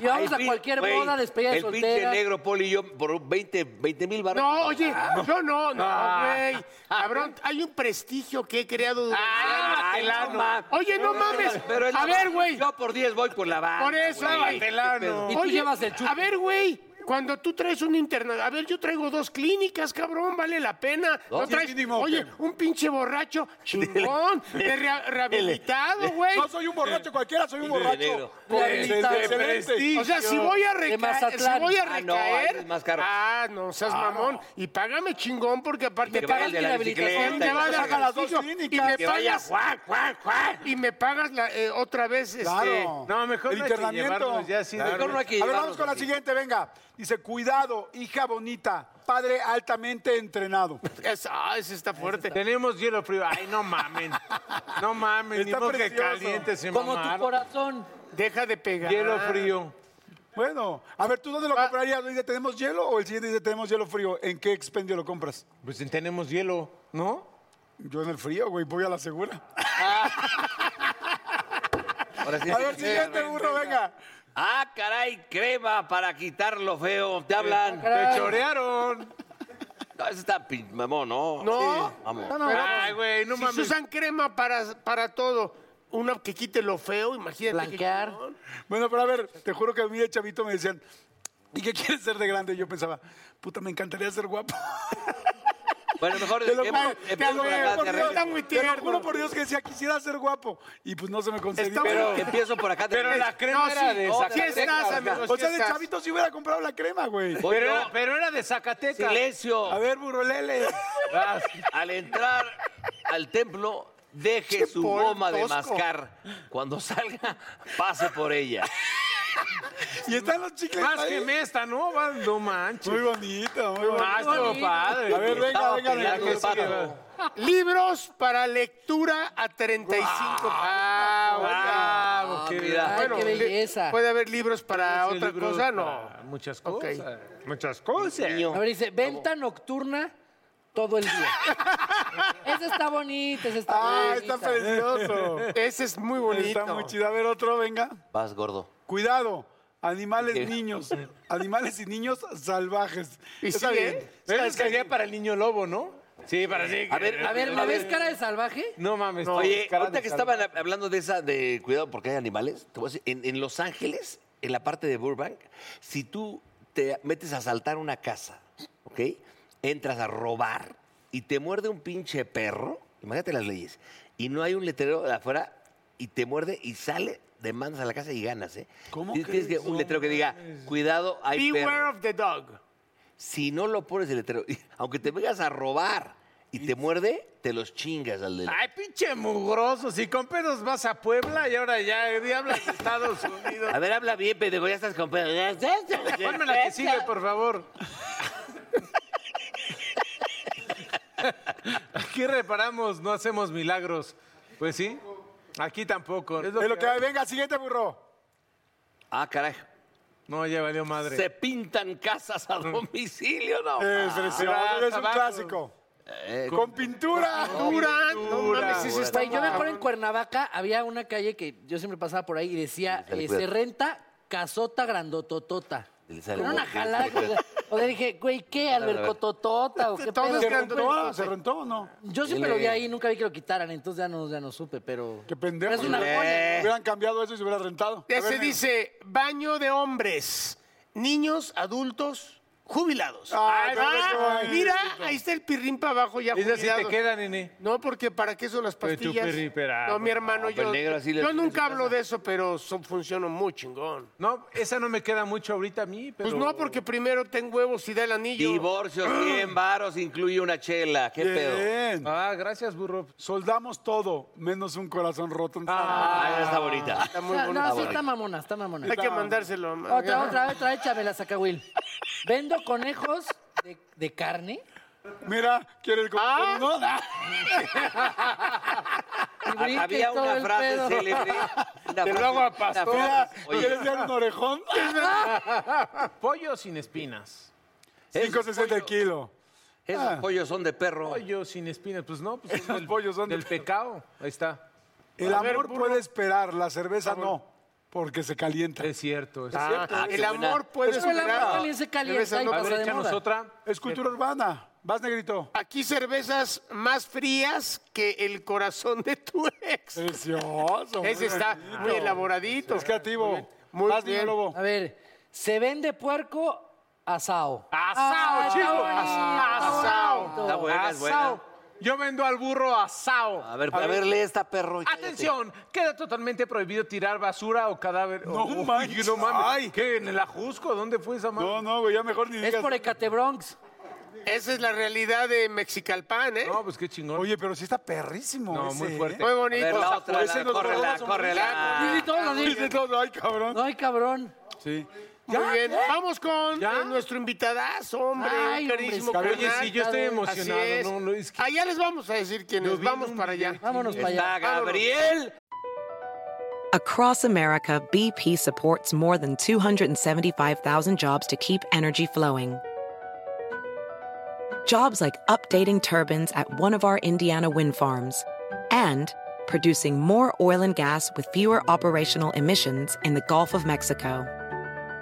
Y vamos Ay, a pi- cualquier güey, boda, despedida de El pinche soltera. negro poli y yo por 20 mil baros. No, oye, yo no, no, Ah. güey. Cabrón, hay un prestigio que he creado durante Ay, años. no mames. Oye, no mames. Pero es la- A ver, güey. Yo por 10 voy por la banda. Por eso, güey. güey. Telano. Y tú llevas el chupe. A ver, güey. Cuando tú traes un internado, a ver, yo traigo dos clínicas, cabrón, vale la pena. No Dos. traes, Sí, mínimo, oye, ¿qué? un pinche borracho chingón, de rea- rehabilitado, güey. Eh, No soy un borracho cualquiera, soy un borracho. negro. con- De- de- de- de- de- excelente. O sea, si voy a De recaer, si Mazatlán. voy a Ah, no, ahí recaer, es más caro. ah, no, seas mamón, y págame chingón porque aparte que pagas vaya de la mi bicicleta, rehabilitación, que te va a vaya dar a las dos gatillo, y clínicas. me Que vaya pagas, y me pagas la, eh, otra vez, este, Claro. No, mejor El no hay que internamiento. llevarnos ya así de- Mejor no hay que A ver, vamos llevarnos con la así. siguiente, venga. Dice, cuidado, hija bonita, padre altamente entrenado. es- ah, ese está fuerte. Tenemos hielo frío. Ay, no mamen. No mamen. Ni Está modo que precioso. caliente se Como tu mamaron. corazón. Deja de pegar. Hielo frío. Bueno, a ver, ¿tú dónde lo Ah. comprarías? Dice, ¿tenemos hielo? O el siguiente dice, ¿tenemos hielo frío? ¿En qué expendio lo compras? Pues tenemos hielo, ¿no? Ah. Yo en el frío, güey, voy a la segura. Ahora sí. A ver, siguiente burro, venga. Ah, caray, crema para quitar lo feo. Te hablan. Ah, Te chorearon. No, ese está pin- mamón, ¿no? No. Sí, Vamos. Ay, güey, no si se mames. usan crema para, para todo, una que quite lo feo, imagínate. qué Blanquear. chingón. Bueno, pero a ver, te juro que a mí de chavito me decían, ¿y qué quieres ser de grande? Y yo pensaba, puta, me encantaría ser guapo. Bueno, mejor Te lo, empecemos juro, por te lo acá, te juro por arreglo. Dios, Está muy te lo tierno. juro por Dios que decía, quisiera ser guapo. Y pues no se me concedió. Está Pero empiezo por acá. te Pero arreglo. la crema No, era sí, de no, sí Zacatecas. estás, güey. amigo. o sea, de estás- chavito sí hubiera comprado la crema, güey. Voy Pero, yo. era, pero era de Zacatecas. Silencio. A ver, burro, lele. Vas. Al entrar al templo, deje su polvo goma de tosco. mascar. Cuando salga, pase por ella. Y están los chicles Más ahí. que mesta, ¿no? Vas- No manches. Muy bonito, muy bonito. Ah, estuvo padre. A ver, venga, Estaba venga, venga. peleando el sigue, pato. va. Libros para lectura a 35. Ah, Ah, qué mira. Ay, qué le- belleza. Puede haber libros para Ese otra libro cosa, para no. Muchas Ok. cosas. Muchas cosas. A ver, dice, venta nocturna todo el día. esa está bonita, esa está Ah, bonita. está precioso. Ese es muy bonito. Está muy chido. A ver, otro, venga. Vas, gordo. Cuidado. Animales, ¿Qué? niños. Animales y niños salvajes. ¿Y Está sigue? bien. Pero es que sería para el niño lobo, ¿no? Sí, para sí. A ver, A ver, ¿me ves cara de salvaje? No mames. Oye, cara ahorita de que salva- estaban hab- hablando de esa, de cuidado porque hay animales, te voy a decir, en, en Los Ángeles, en la parte de Burbank, si tú te metes a asaltar una casa, ¿ok? Entras a robar y te muerde un pinche perro, imagínate las leyes, y no hay un letrero de afuera y te muerde y sale, demandas a la casa y ganas, ¿eh? ¿Cómo Tienes- tienes que crees? un letrero que diga, cuidado, hay Beware perro. of the dog. Si no lo pones el letrero, y- aunque te vengas a robar y te muerde, te los chingas al del... Ay, pinche mugroso. Si con pedos vas a Puebla y ahora ya, ya hablas de Estados Unidos. A ver, habla bien, pendejo, ya estás con pedo. Ponme la que sigue, por favor. Aquí reparamos, no hacemos milagros. Pues sí, aquí tampoco. Es Es lo que hay. Venga, siguiente burro. Ah, caray. No, ya valió madre. Se pintan casas a domicilio, ¿no? Es precioso. Ah, Es un abajo. clásico. Con pintura. Dura, no mames, ese está Güey, yo me mal. acuerdo en Cuernavaca, había una calle que yo siempre pasaba por ahí y decía, se le eh, cuida. se renta casota grandototota. Se le sale Era una huevo, se le jalada. sale huevo. O sea, dije, güey, ¿qué? ¿Albercototota o qué Todo pedo? es ¿Se grande. Ah, rentó? ¿Se rentó o no? Yo siempre lo vi ahí, nunca vi que lo quitaran, entonces ya no, ya no supe, pero... Qué pendejo. Es Pues una Eh. joya. Hubieran cambiado eso y se hubiera rentado. A ver, Ese venga. dice, baño de hombres, niños, adultos, jubilados. Ay, Ah, perfecto. mira, ahí está el pirrín para abajo ya Dice si te jubilados. queda, nene. No, porque ¿para qué son las Pero tú, pastillas? Pirri, pero- no, mi hermano, pero yo, el negro así le- yo nunca hablo de eso, pero son, funciono muy chingón. No, esa no me queda mucho ahorita a mí, pero... Pues no, porque primero ten huevos y da el anillo. Divorcio, 100 varos, incluye una chela. ¿Qué pedo? Bien. Ah, gracias, burro. Soldamos todo, menos un corazón roto. Ah, esa está bonita. Está muy No, bonito. no, sí está mamona, está mamona. Hay que mandárselo. ma- Otra, otra, otra, échame la sacahuil. Vendo conejos de, de carne Mira, ¿quiere el Ah. corazón? No, no. y brinca y Había todo una el frase pedo. célebre. Una Te lo frase- hago a una pastor. frase- Oye, ¿Quieres ver un orejón? Pollo sin espinas. 5.60 el kilo. esos pollos son de perro. Pollo sin espinas, pues no, pues es Los del- pollos son de- del pecado. Ahí está. El A ver, amor burro. puede esperar, la cerveza no, porque se calienta. Es cierto. Es Ah, cierto. el amor puede Pero el amor superar. también se calienta Cerveza y no- A pasa ver, de échanos moda. otra. Es cultura urbana. Vas, negrito. Aquí cervezas más frías que el corazón de tu ex. Precioso. Ese está bonito. muy elaboradito. Es creativo. Muy Vas, bien. niño lobo. A ver, se vende puerco Ah, asado. Asao, está chico. bonito, Asao. bonito. Está buena, es buena. Asao. Yo vendo al burro asao. A ver, a ver, lee esta perro. y cállate. Atención, queda totalmente prohibido tirar basura o cadáver. No Uy, manches. no mames. Ay. ¿Qué? ¿En el ajusco? ¿Dónde fue esa madre? No, no, güey, ya mejor ni Es digas. por Ecate Bronx. Esa es la realidad de Mexicalpan, ¿eh? No, pues qué chingón. Oye, pero sí está perrísimo. No, ese, muy ¿eh? fuerte. Muy A ver, bonito. la otra, ese la- nos córrela, robamos un córrela. Y todos así. Dice todo, ay, cabrón. No hay cabrón. Sí. ¿eh? Muy bien. Vamos con ¿Ya? eh, nuestro invitadazo, hombre. Ay, hombre, carísimo cabrón. Oye, carnal. sí, yo estoy Así emocionado. es. No, no, es que- Allá les vamos a decir Lo quiénes. vi en Vámonos un para allá. video. Vámonos para allá. Está Gabriel. Across America, BP supports more than 275,000 jobs to keep energy flowing. Jobs like updating turbines at one of our Indiana wind farms and producing more oil and gas with fewer operational emissions in the Gulf of Mexico.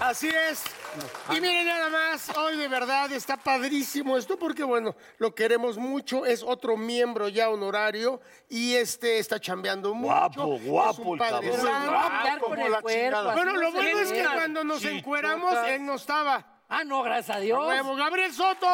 Así es. Y miren nada más, hoy de verdad está padrísimo esto porque bueno, lo queremos mucho, es otro miembro ya honorario y este está chambeando mucho. Guapo, es guapo un el padre cabrón. santo. Cambiar con como el la cuerpo, chingada. así Bueno, no lo se bueno es que ve. cuando nos Chichotas. encueramos, él no estaba. Ah, no, gracias a Dios. Huevo, Gabriel Soto.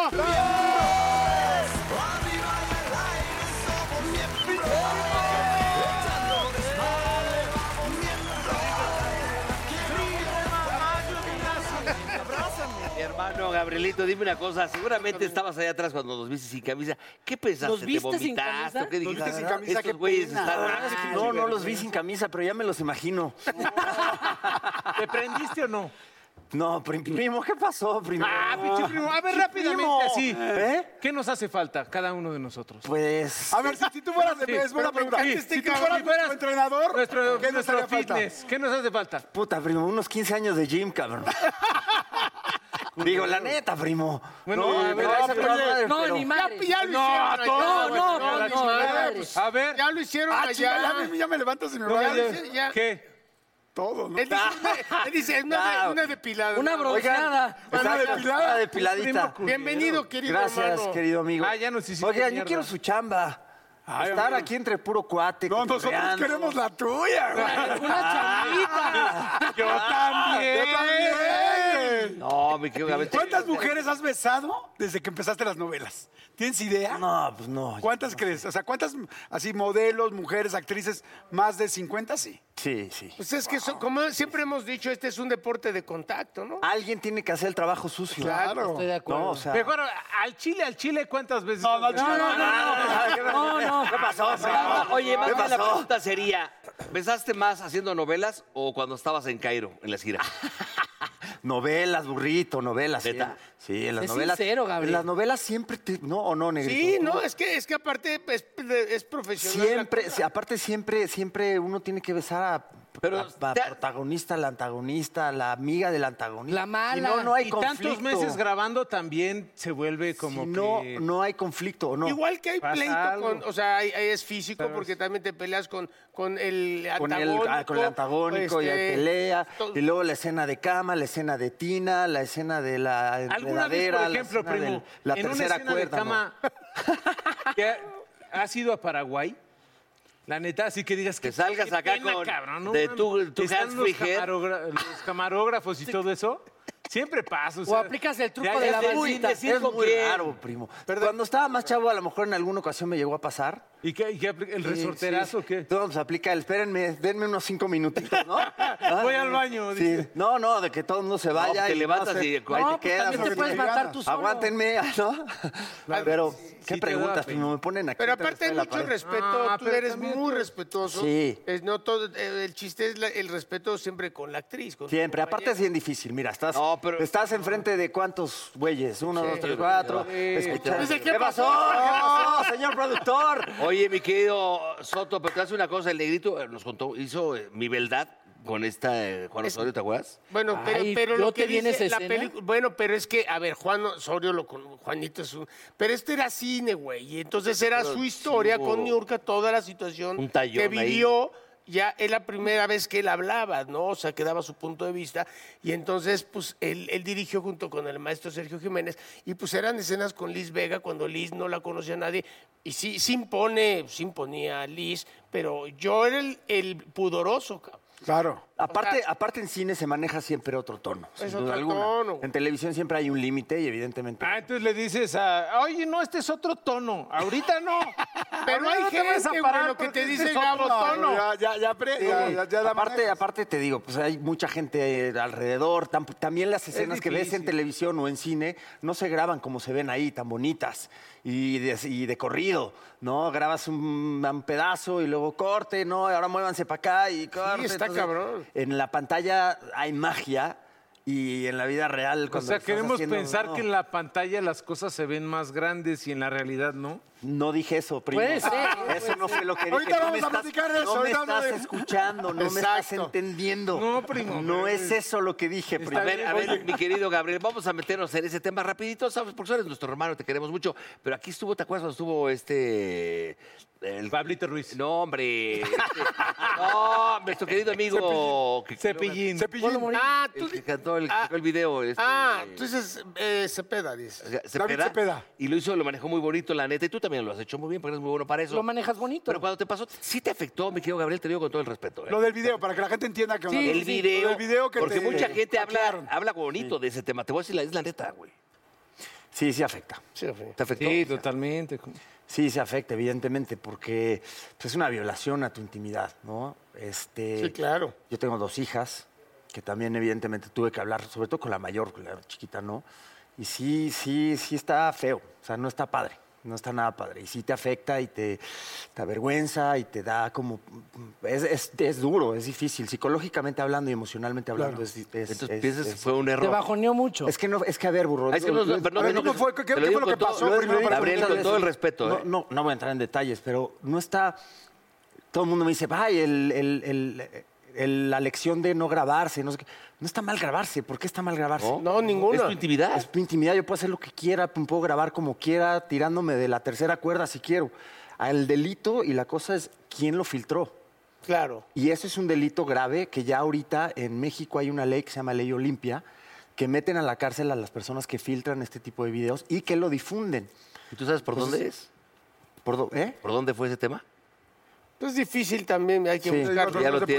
Mi hermano Gabrielito, dime una cosa. Seguramente estabas allá atrás cuando nos viste sin camisa. ¿Qué pensaste? ¿Los ¿Te viste sin vomitaste? camisa? ¿Qué ¿Los dijiste? viste sin camisa? Estos Qué güeyes pena. están- Ah, sí, No, no los vi sin camisa, pero ya me los imagino. ¿Te prendiste o no? No, prim- primo, ¿qué pasó, primo? Ah, pinche primo. A ver, Sí, primo. rápidamente, así. ¿Eh? ¿Qué nos hace falta cada uno de nosotros? Pues. A ver, si, si tú fueras, Sí, es buena pero me pregunta. encanta este si tú fueras cabrón. Si nuestro fueras entrenador, Nuestro, ¿qué nos nuestro haría falta? fitness. ¿Qué nos hace falta? Puta, primo, unos 15 años de gym, cabrón. Digo, la neta, primo. Bueno, no, a ver, esa oye, toda madre, no, pero- ni madre. Ya lo No, hicieron a allá. todos, no, no, la no, chingada, madre. pues. A ver. Ya lo hicieron Ah, chinga, ya, allá. me- ya me levanto si me No, va a ya- decir ya. ¿Qué? todo, ¿no? Él dice, una, él dice, una, Ah. una depilada. Una bronceada. Está depilada. está depiladita. Primo Bienvenido, querido Gracias, hermano. querido amigo. Ah, ya nos hiciste Oigan, yo mierda. quiero su chamba. Ay, Estar amigo. aquí entre puro cuate. No, nosotros cotorreando. Ah, queremos la tuya, güey. Una chamita. Yo también. Yo también. ¡Eh! hombre. No, mi querido Gabriel. ¿Cuántas mujeres has besado desde que empezaste las novelas? ¿Tienes idea? No, pues no. ¿Cuántas crees? O sea, ¿cuántas así modelos, mujeres, actrices? Más de 50, sí. Sí, sí. Pues es que, so- como siempre hemos dicho, este es un deporte de contacto, ¿no? Alguien tiene que hacer el trabajo sucio. Claro. Estoy de acuerdo. No, o sea. Mejor al Chile, al Chile, ¿cuántas veces? No, no, no, no, no, no. ¿Qué pasó, señor? Oye, más ¿Qué bien la pasó? pregunta sería, ¿besaste más haciendo novelas o cuando estabas en Cairo, en las giras? Novelas, burrito, novelas. Sí, ¿Neta? sí, en las Es novelas. sincero, Gabriel. En las novelas siempre te. No, o no, negrito. Sí, no, Tú- es que, es que aparte es, es profesional. Siempre, sí, aparte siempre, siempre uno tiene que besar a Pero la- la te- protagonista, al antagonista, la amiga del antagonista. La mala. Si no, no hay y conflicto. tantos meses grabando también se vuelve como Si no, que... no hay conflicto, ¿o ¿no? Igual que hay Pasa pleito algo. con, o sea, hay- hay- es físico porque también te peleas con, con el con el, antagónico. ah, con el antagónico y hay este, pelea. to- Y luego la escena de cama, la escena de tina, la escena de la ¿Alguna vez, por enredadera, la ejemplo, escena del- primo, la en una tercera escena de cuerda, ¿no? cama, que has ido a Paraguay? La neta, así que digas que... Que salgas acá con- de tu- tu Están hands los, free head. camarogra- los camarógrafos y todo eso. Siempre pasa. O aplicas el truco ya de es la decir- balsita. decir Es con muy quién. raro, primo. Cuando estaba más chavo, a lo mejor en alguna ocasión me llegó a pasar. ¿Y qué, y qué apli- el resorterazo que qué? Todos aplica el, espérenme, denme unos cinco minutitos, ¿no? Voy al baño, Sí. dice. No, no, de que todo el mundo se vaya. te y levantas no sé, y- ahí No, pues también te porque puedes matar tú solo. Aguántenme, ¿no? Pero, ¿qué sí te da preguntas? pena. primo? me ponen aquí. Pero otra vez aparte hay en la mucho pared. respeto, Ah, tú pero eres también muy tú- respetuoso. Sí. Es, no todo, eh, el chiste es la- el respeto siempre con la actriz. con su Siempre, aparte compañera. es bien difícil. Mira, estás, No, pero- estás enfrente de cuántos güeyes. Uno, dos, tres, cuatro. Escucha- Dice, ¿qué ¿Qué pasó? ¿Qué pasó, señor productor? Oye, mi querido Soto, pero te hace una cosa, el negrito eh, nos contó, hizo eh, mi beldad con esta eh, Juan Osorio, ¿te acuerdas? Bueno, pero, Ay, pero ¿no lo te que viene viene esa la escena? película. Bueno, pero es que, a ver, Juan Osorio, lo, con- Juanito es un. Pero este era cine, güey. y Entonces era Pero su sí historia hubo con Niurka, toda la situación un tallón que ahí. vivió. Ya es la primera vez que él hablaba, ¿no? O sea, que daba su punto de vista. Y entonces, pues, él, él dirigió junto con el maestro Sergio Jiménez. Y pues eran escenas con Liz Vega cuando Liz no la conocía nadie. Y sí, sí impone, sí imponía a Liz, pero yo era el, el pudoroso, cabrón. Claro. Aparte, aparte en cine se maneja siempre otro tono. sin Es duda otro alguna. tono. En televisión siempre hay un límite y evidentemente. Ah, entonces le dices a... Oye, no, este es otro tono. Ahorita no. Pero Ahorita hay no te vas a gente, parar güey, lo que porque te este dice es otro Gabo tono. Tono. Ya, ya, ya, pre- ya, ya, ya la aparte, manejas. aparte te digo, pues hay mucha gente eh, alrededor. tam- también las escenas que ves en difícil. televisión o en cine no se graban como se ven ahí, tan bonitas y de, y de corrido, ¿no? Grabas un, un pedazo y luego corte, ¿no? Y ahora muévanse para acá y corte. está cabrón. En la pantalla hay magia y en la vida real. O cuando sea, lo estás queremos haciendo, pensar no. que en la pantalla las cosas se ven más grandes y en la realidad no. No dije eso, primo. Ah, Puede ser, ¿eh? Eso no fue lo que dije. Ahorita No vamos me a estás- platicar de eso, No me ahorita estás vamos a- escuchando, no me estás Exacto. entendiendo. No, primo, No pero- es eso lo que dije, primo. A ver, a ver, mi querido Gabriel, vamos a meternos en ese tema rapidito, ¿sabes? Porque eres nuestro hermano, te queremos mucho. Pero aquí estuvo, ¿te acuerdas cuando estuvo este... El... Pablito Ruiz. No, hombre. este- No, nuestro querido amigo... que- Cepillín. Ah, tú El que di- cantó el, que Ah. sacó el video. este, Ah, entonces eh, Cepeda, dice. eh, David Cepeda. Y lo hizo, lo manejó muy bonito, la neta. Y tú también lo has hecho muy bien, porque eres muy bueno para eso. Lo manejas bonito. Pero cuando te pasó, sí te afectó, mi querido Gabriel, te digo con todo el respeto. ¿eh? Lo del video, para que la gente entienda que... Sí, el video. Lo del video que porque te- mucha gente habla, aclararon. habla bonito de ese tema. Te voy a decir la, es la neta, güey. Sí, sí afecta. ¿Te afectó? Sí, totalmente. Sí, se afecta, evidentemente, porque pues, es una violación a tu intimidad, ¿no? Este, Sí, claro. Yo tengo dos hijas que también, evidentemente, tuve que hablar, sobre todo con la mayor, con la chiquita, ¿no? Y sí, sí, sí está feo, o sea, no está padre, no está nada padre. Y sí te afecta y te, te avergüenza y te da como... Es, es- es duro, es difícil, psicológicamente hablando y emocionalmente hablando. Es, es- Entonces es- piensas que es- fue un Te error. bajoneó mucho. es que no, es que a ver, burro. Ah, es que digo, no- yo- perdón, a ver, no, ¿cómo no, fue? ¿Qué- te qué lo digo fue lo con que todo- pasó? lo- Primero para Gabriel, con preguntarles- todo el respeto. No, ¿eh? no, no voy a entrar en detalles, pero no está. Todo el mundo me dice, ay, el- el- el- el- la lección de no grabarse. No, sé qué". No está mal grabarse. ¿Por qué está mal grabarse? No, Es ninguna. tu intimidad. Es mi intimidad, yo puedo hacer lo que quiera, puedo grabar como quiera, tirándome de la tercera cuerda si quiero. El delito y la cosa es quién lo filtró. Claro. Y eso es un delito grave que ya ahorita en México hay una ley que se llama Ley Olimpia, que meten a la cárcel a las personas que filtran este tipo de videos y que lo difunden. ¿Y tú sabes por dónde Pues es? Por do- ¿eh? ¿Por dónde fue ese tema? Pues es difícil también, hay que Sí. buscar.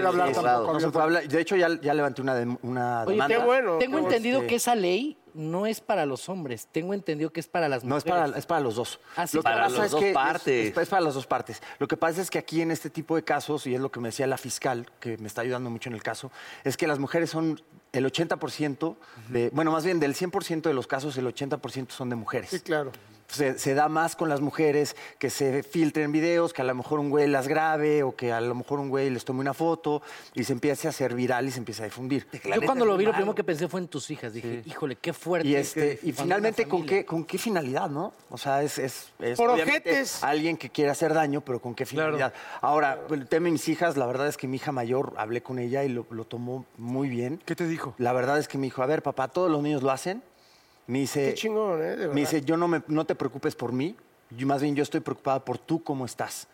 No se puede hablar. De hecho, ya, ya levanté una, dem- una Oye, demanda. tengo- Tengo entendido Este, que esa ley no es para los hombres, tengo entendido que es para las No, es mujeres. para, es para los dos. Ah, sí. Lo que Para pasa las es dos que es- partes. Es, es para las dos partes. Lo que pasa es que aquí en este tipo de casos, y es lo que me decía la fiscal, que me está ayudando mucho en el caso, es que las mujeres son el 80% de, bueno, más bien del 100% de los casos, el 80% son de mujeres. Sí, claro. se, se da más con las mujeres que se filtren videos, que a lo mejor un güey las grabe o que a lo mejor un güey les tome una foto y se empiece a hacer viral y se empieza a difundir. Yo cuando lo vi, lo primero que pensé fue en tus hijas. Dije, híjole, qué fuerte. Y, este, y Cuando finalmente, una ¿con familia- qué, ¿con qué finalidad, no? O sea, es, es, es Por obviamente ojetes. alguien que quiere hacer daño, pero ¿con qué finalidad? Ahora, el tema de mis hijas, la verdad es que mi hija mayor, hablé con ella y lo, lo tomó muy bien. ¿Qué te dijo? La verdad es que me dijo, a ver, papá, todos los niños lo hacen. Me dice, Qué chingón, ¿eh? De me verdad. dice, yo no, me, no te preocupes por mí, yo, más bien yo estoy preocupada por tú cómo estás.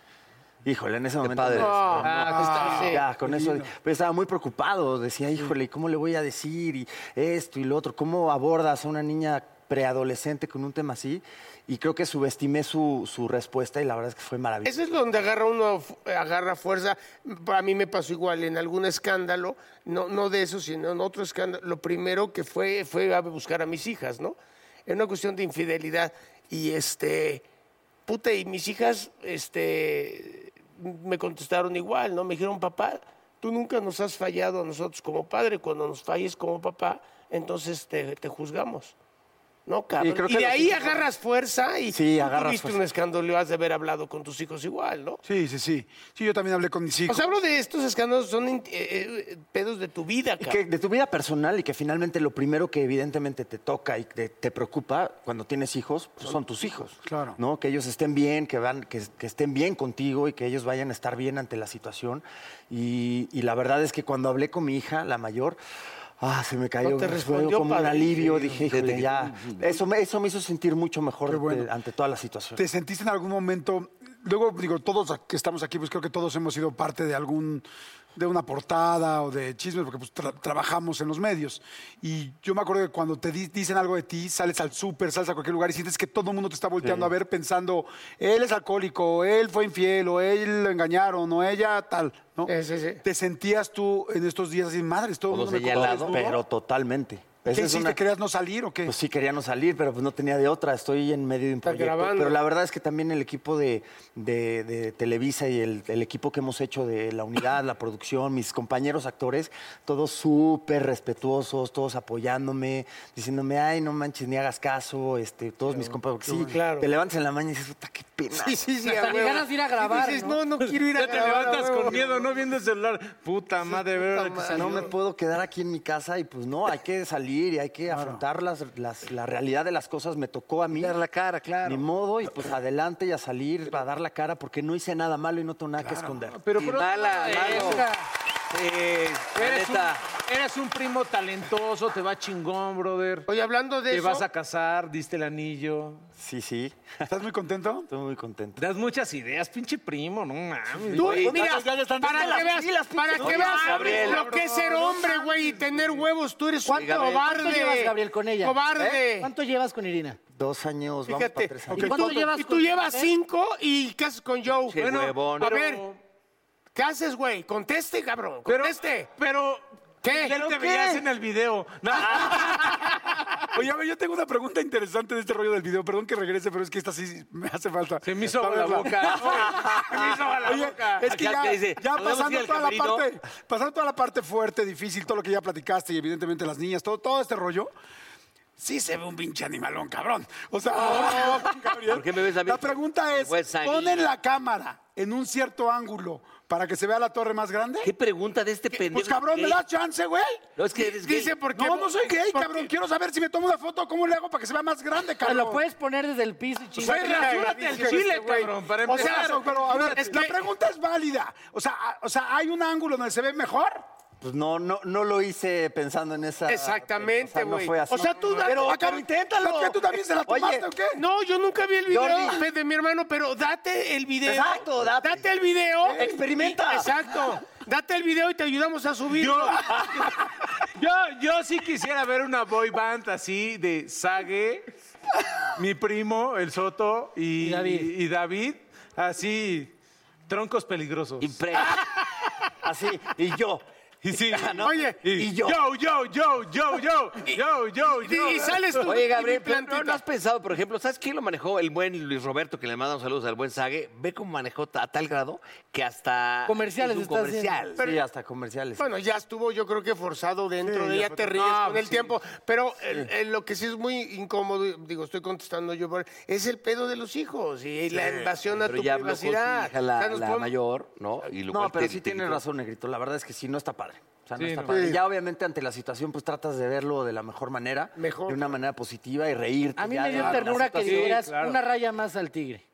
Híjole, en ese momento... padre. no, Ah, no, ah, no, está- sí. ya, con eso... Divino. Pero estaba muy preocupado, decía, híjole, ¿cómo le voy a decir? Y esto y lo otro, ¿cómo abordas a una niña preadolescente con un tema así? Y creo que subestimé su, su respuesta y la verdad es que fue maravilloso. Eso es donde agarra uno, fu- agarra fuerza. Para mí me pasó igual en algún escándalo, no, no de eso, sino en otro escándalo. Lo primero que fue fue a buscar a mis hijas, ¿no? Era una cuestión de infidelidad. Y este, puta, y mis hijas, este, me contestaron igual, ¿no? Me dijeron, papá, tú nunca nos has fallado a nosotros como padre. Cuando nos falles como papá, entonces te, te juzgamos. No, cabrón. creo Y, que de los ahí hijos- agarras fuerza y Sí, tú agarras tuviste un escándalo, has de haber hablado con tus hijos igual, ¿no? Sí, sí, sí. Sí, yo también hablé con mis O hijos. sea, hablo de estos escándalos, son in- eh, eh, pedos de tu vida, Y cabrón. que de tu vida personal y que finalmente lo primero que evidentemente te toca y te, te preocupa cuando tienes hijos pues son tus hijos. Claro. ¿no? Que ellos estén bien, que, van, que, que estén bien contigo y que ellos vayan a estar bien ante la situación. Y, y la verdad es que cuando hablé con mi hija, la mayor, ah, se me cayó te fue respondió, como un padre. alivio. Sí, Dije, desde híjole, que- ya. Eso me, eso me hizo sentir mucho mejor ante- ante toda la situación. ¿Te sentiste en algún momento? Luego, digo, todos que estamos aquí, pues creo que todos hemos sido parte de algún, de una portada o de chismes, porque pues tra- trabajamos en los medios. Y yo me acuerdo que cuando te di- dicen algo de ti, sales al súper, sales a cualquier lugar y sientes que todo el mundo te está volteando Sí. a ver pensando, él es alcohólico, o él fue infiel, o él lo engañaron, o ella tal, ¿no? ¿Te sentías tú en estos días así, madres, todo el mundo me conoce, ¿no? pero totalmente. Esa ¿Qué es hiciste? una- ¿Querías no salir o qué? Pues sí, quería no salir, pero pues no tenía de otra. Estoy en medio de un proyecto. grabando. Pero la verdad es que también el equipo de, de- de Televisa y el, el equipo que hemos hecho de la unidad, la producción, mis compañeros actores, todos súper respetuosos, todos apoyándome, diciéndome, ay, no manches, ni hagas caso, este, todos mis compañeros. porque Sí, claro. te levantas en la mañana y dices, puta, qué pena. Sí, sí, sí. Hasta a ni huevo. ganas de ir a Y grabar, dices, ¿no? no, no quiero ir a Ya te grabar. a levantas huevo. con miedo, no viendo el celular. Puta madre, ¿verdad? puta que No salió? me puedo quedar aquí en mi casa y pues no, hay que salir y hay que afrontar las, las- la realidad de las cosas. Me tocó a mí. Dar la cara, claro. Ni modo, y pues adelante y a salir, a dar la cara, porque no hice nada malo y no tengo nada que esconder. Pero por otro Mala, lado, malo. Edgar, eh, La eres, un, neta. eres un primo talentoso, te va chingón, brother. Oye, hablando de Te eso, vas a casar, diste el anillo. Sí, sí. ¿Estás muy contento? Estoy muy contento. Das muchas ideas, pinche primo, no mames. tú, güey. mira, para que veas, para que veas Gabriel. lo que es ser hombre, güey, y tener huevos. Tú eres un Gabriel. cobarde. ¿Cuánto llevas, Gabriel, con ella? Cobarde. ¿Eh? ¿Cuánto llevas con Irina? Dos años, vamos Fíjate. para tres ¿Y años. cuánto llevas Y tú con- llevas ¿Eh? cinco y casas con Joe. Che, huevón. a Pero- ver, ¿qué haces, güey? Conteste, cabrón, Pero- conteste. Pero. ¿Qué? Ya ¿Pero te qué? veías en el video. No, Oye, a ver, yo tengo una pregunta interesante de este rollo del video. Perdón que regrese, pero es que esta sí me hace falta. se me hizo agua la Saberla. boca. Se me hizo agua la Oye, boca. es que Acá ya, te dice, ya ¿podemos ir pasando al toda la camerino? parte, pasando toda la parte fuerte, difícil, todo lo que ya platicaste y evidentemente las niñas, todo, todo este rollo, sí se ve un pinche animalón, cabrón. O sea, Gabriel, Oh. ¿Por qué me ves a mí? la pregunta es, Pues, ahí. ponen la cámara en un cierto ángulo para que se vea la torre más grande. ¿Qué pregunta de este pendejo? Pues cabrón, ¿me Gay. das chance, güey? No, es que eres gay. Dice porque... No, no soy gay, porque- cabrón. Quiero saber si me tomo una foto, ¿cómo le hago para que se vea más grande, Te cabrón? Pues, lo puedes poner desde el piso y chingar. Güey, rasúrate Pues el chile, cabrón, para O sea, empezar. pero a ver, Es que- la pregunta es válida. O sea, a- o sea, ¿hay un ángulo donde se ve mejor? Pues no, no, no lo hice pensando en esa. Exactamente, o sea, no güey. fue así. O sea, tú- Pero, acá pero inténtalo. ¿Por qué tú también se la Oye, tomaste o qué? No, yo nunca vi el video Jordi. de- de mi hermano, pero date el video. Exacto, date. Eh, el video. Experimenta. Exacto. Date el video y te ayudamos a subirlo. Yo, yo sí quisiera ver una boy band así de Sage, mi primo, el Soto y, Y David. y David, así. Troncos peligrosos. Así, y yo. Y sí. ¿no? Oye, Y- y y yo. yo. Yo, yo, yo, yo, yo, yo, yo, yo. Oye, Gabriel, pero no, no has pensado, por ejemplo, ¿sabes quién lo manejó? El buen Luis Roberto, que le manda un saludo al buen Sague. Ve cómo manejó ta- a tal grado que hasta... Comerciales hizo un está haciendo. comercial. Pero- Sí, hasta comerciales. Bueno, ya estuvo, yo creo que forzado dentro Sí, de ya ella, fue- te ríes No, con el sí. tiempo. Pero eh, eh, lo que sí es muy incómodo, y digo, estoy contestando yo, pero es el pedo de los hijos y la Sí, invasión a pero tu ya habló con su privacidad. hija, O la, sea, nos la podemos- mayor, ¿no? Y lo No, cual pero te- sí te tienes quitó- razón, Negrito. La verdad es que sí, no está padre. O sea, no Sí, está no. padre. Sí. Ya obviamente ante la situación, pues tratas de verlo de la mejor manera. Mejor. De una manera positiva y reírte. A mí Pues ya me de dio la ternura que situación. dieras una raya más al tigre.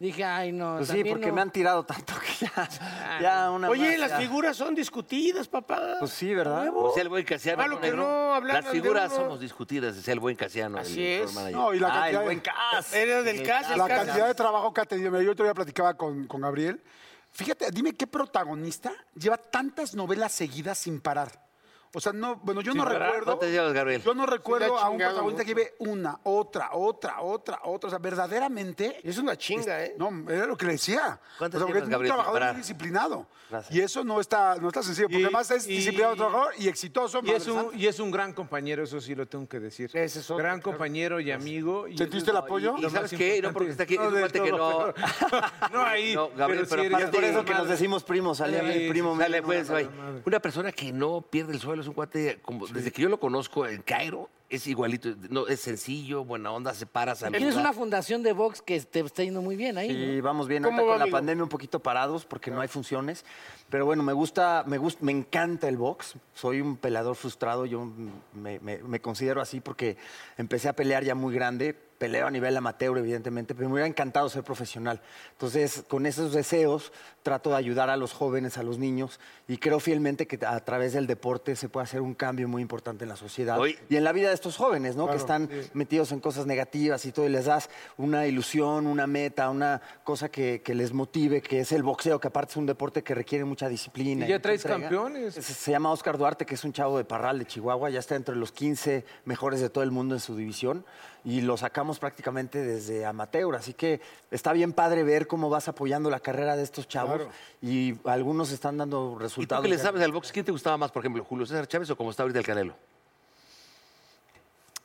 Dije, ay, no. Pues sí, también porque no. Ah, me han tirado tanto que ya, ya una Oye, más, las ya. figuras son discutidas, papá. Pues sí, ¿verdad? Decía el buen Casiano. Malo que Negro, no hablaran Las de figuras uno. somos discutidas, decía el buen Casiano. el Así es. tour manager. No, y la Ah, el cantidad de- buen cas. Era del caso. la cantidad de trabajo que ha tenido. Mira, yo otro día platicaba con, con Gabriel. Fíjate, dime qué protagonista lleva tantas novelas seguidas sin parar. O sea, no, bueno, yo no parar? recuerdo. ¿Cuántas llevas, Gabriel? Yo no recuerdo a un chingado protagonista mucho. que lleve una, otra, otra, otra, otra. O sea, verdaderamente. Es una chinga, ¿eh? No, era lo que le decía. O sea, ¿Cuántas porque es llevas, un Gabriel, sin trabajador parar? muy disciplinado. Gracias. Y eso no está, no está sencillo, porque Y- además es y- disciplinado trabajador y exitoso. Y es, madre un, santa. y es un gran compañero, eso sí lo tengo que decir. Ese es otro, gran claro. compañero y amigo. y ¿Sentiste eso es el apoyo? lo Y más ¿sabes qué? No, importante. porque está aquí, es un del cuate que todo, no- pero- no ahí. No, Gabriel, pero sí eres Y es por aparte- buena eso que nos madre. decimos primos, sale Sí, a mí, sí, primo. Dale, miren, pues, una- bye. Una persona que no pierde el suelo es un cuate, como, desde que yo lo conozco en Cairo, es igualito, no, es sencillo, buena onda, se para, se Tienes saluda. una fundación de box que te está yendo muy bien ahí. ¿no? Ah. Y vamos bien, ¿Cómo ahorita va, con la amigo? pandemia un poquito parados porque no hay funciones. Pero bueno, me gusta, me gusta, me encanta el box. Soy un peleador frustrado, yo me, me- me considero así porque empecé a pelear ya muy grande. Peleo a nivel amateur, evidentemente, pero me hubiera encantado ser profesional. Entonces, con esos deseos, trato de ayudar a los jóvenes, a los niños, y creo fielmente que a través del deporte se puede hacer un cambio muy importante en la sociedad Oye. y en la vida de estos jóvenes, ¿no? que están metidos en cosas negativas y todo, y les das una ilusión, una meta, una cosa que, que les motive, que es el boxeo, que aparte es un deporte que requiere mucha disciplina. Y ya mucha traes entrega. campeones. Se, se llama Oscar Duarte, que es un chavo de Parral, de Chihuahua, ya está entre los 15 mejores de todo el mundo en su división, y lo sacamos prácticamente desde amateur, así que está bien padre ver cómo vas apoyando la carrera de estos chavos, y algunos están dando ¿Y tú resultados. qué le sabes al box? ¿Quién te gustaba más, por ejemplo, Julio César Chávez o como está ahorita el Canelo?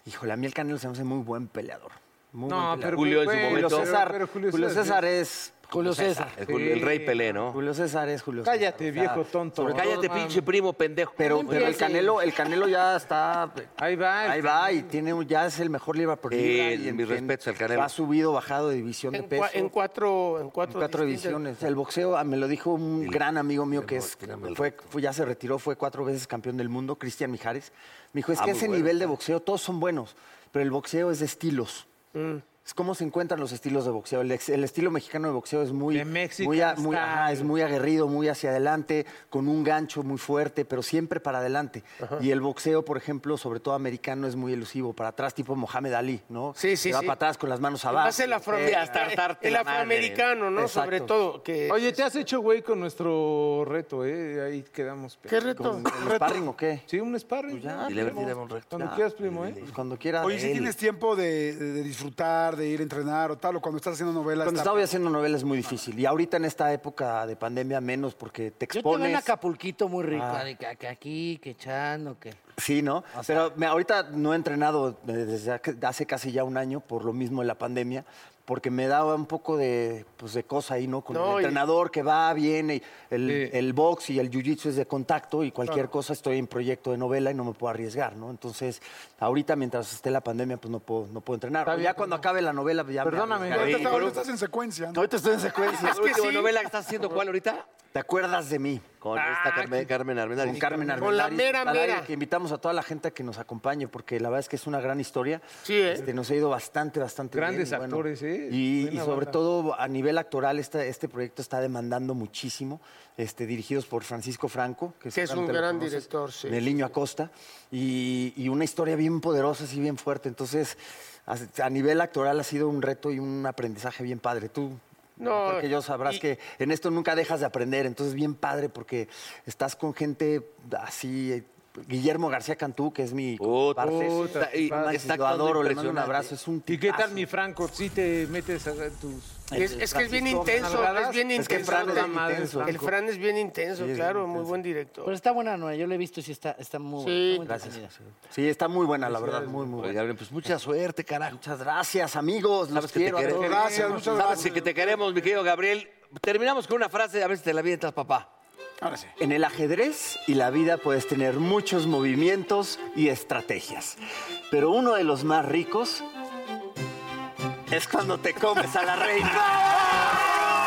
Híjole, a mí el Canelo se me hace muy buen peleador. Muy No, buen peleador. pero Julio en su bueno, momento. Julio pero- César, pero Julio, César es... Julio César. El, Julio- el rey Pelé, ¿no? Julio César es Julio Cállate, César, o sea, viejo tonto. sobre todo- Cállate, pinche primo pendejo. Pero, No pero el empieces. Canelo, el Canelo ya está. Ahí va, el Ahí va y tiene un- ya es el mejor libra por Sí, libra. y Eh, mis en- en- respetos al Canelo. Ha subido, bajado de división de En, peso. cua- en cuatro, en en cuatro, cuatro distintas- divisiones. El boxeo ah, me lo dijo un Dile, gran amigo mío dile, que no, es tírame el fue, reto. fue- ya se retiró, fue cuatro veces campeón del mundo, Cristian Mijares. Me dijo, es Ah, que muy ese bueno, nivel de claro. boxeo todos son buenos, pero el boxeo es de estilos. Mm. Es cómo se encuentran los estilos de boxeo. El, ex- el estilo mexicano de boxeo es muy, De Mexican muy, a- muy- ajá, style. es muy aguerrido, muy hacia adelante, con un gancho muy fuerte, pero siempre para adelante. Y el boxeo, por ejemplo, sobre todo americano, es muy elusivo, para atrás, tipo Mohamed Ali, ¿no? Sí, sí, Que Va sí. para atrás con las manos abajo. Más el, afro- Eh, hartarte el la madre. afroamericano, ¿no? Exacto. Sobre todo. Que, Oye, te has hecho güey con nuestro reto, ¿eh? Ahí quedamos. ¿Qué reto? Ah, ¿con el sparring o qué? Sí, un sparring. Pues ya, ¿no? dile, a ver, Primo. dile un reto. Cuando Ya, quieras, primo, ¿eh? Pues cuando quiera. Oye, si él. tienes tiempo de, de disfrutar, de ir a entrenar o tal, o cuando estás haciendo novelas. Cuando está- estaba haciendo novelas es muy difícil. Y ahorita en esta época de pandemia menos porque te Yo te veo en expones. Ah, Acapulquito muy rico. de que, que aquí, que echando, que... Sí, ¿no? Pero me- ahorita no he entrenado eh, desde hace- hace casi ya un año por lo mismo de la pandemia, porque me daba un poco de, pues, de cosa ahí, ¿no? Con No, el y- entrenador que va, viene, y el, Sí. el box y el jiu-jitsu es de contacto y cualquier cosa estoy en proyecto de novela y no me puedo arriesgar, ¿no? Entonces, ahorita mientras esté la pandemia, pues no puedo, no puedo entrenar. Está ya bien, cuando primo. acabe la novela, pues, ya me Perdóname. arriesgaré. Ahorita, Ahí, está- con ahorita un- estás en secuencia. ¿no? Ahorita estoy en secuencia. ¿La última novela que estás haciendo cuál ahorita? ¿Te acuerdas de mí? Con esta Carmen, Carmen Armendariz. Con Carmen Ah, Con la Armendáriz, mera, Talario, mera. Que invitamos a toda la gente a que nos acompañe, porque la verdad es que es una gran historia. Sí, ¿eh? Este, nos ha ido bastante, bastante Grandes bien. y bueno, actores, ¿eh? Y, Buena y sobre banda. todo a nivel actoral, esta- este proyecto está demandando muchísimo, este, dirigidos por Francisco Franco. Que, Que es un seguramente lo gran conoces, director, sí. Neliño Acosta. Y, y una historia bien poderosa, así bien fuerte. Entonces, a, a nivel actoral ha sido un reto y un aprendizaje bien padre. Tú No, porque yo sabrás y- que en esto nunca dejas de aprender, entonces bien padre porque estás con gente así eh, Guillermo García Cantú, que es mi Puta, comparse. puta, No está manches, lo actuando adoro, le mando un impresionante. abrazo, es un ¿Y qué tal tipazo. mi Franco? Si te metes a tus... Es, es que es bien intenso, es bien intenso. Franco, el Fran es bien intenso, Sí, es claro, bien muy buen Pero director. está buena, no, yo la he visto y sí está, está muy Sí, buena. está muy Gracias. entretenida. Sí, está muy buena, la verdad, muy, muy buena. Oye, pues mucha suerte, carajo. Muchas gracias, amigos. Los Sabes que te quiero a queremos. todos. Gracias, muchas Sabes gracias. que te queremos, mi querido Gabriel. Terminamos con una frase, a ver si te la avientas, papá. Ahora sí. En el ajedrez y la vida puedes tener muchos movimientos y estrategias, pero uno de los más ricos es cuando te comes a la reina.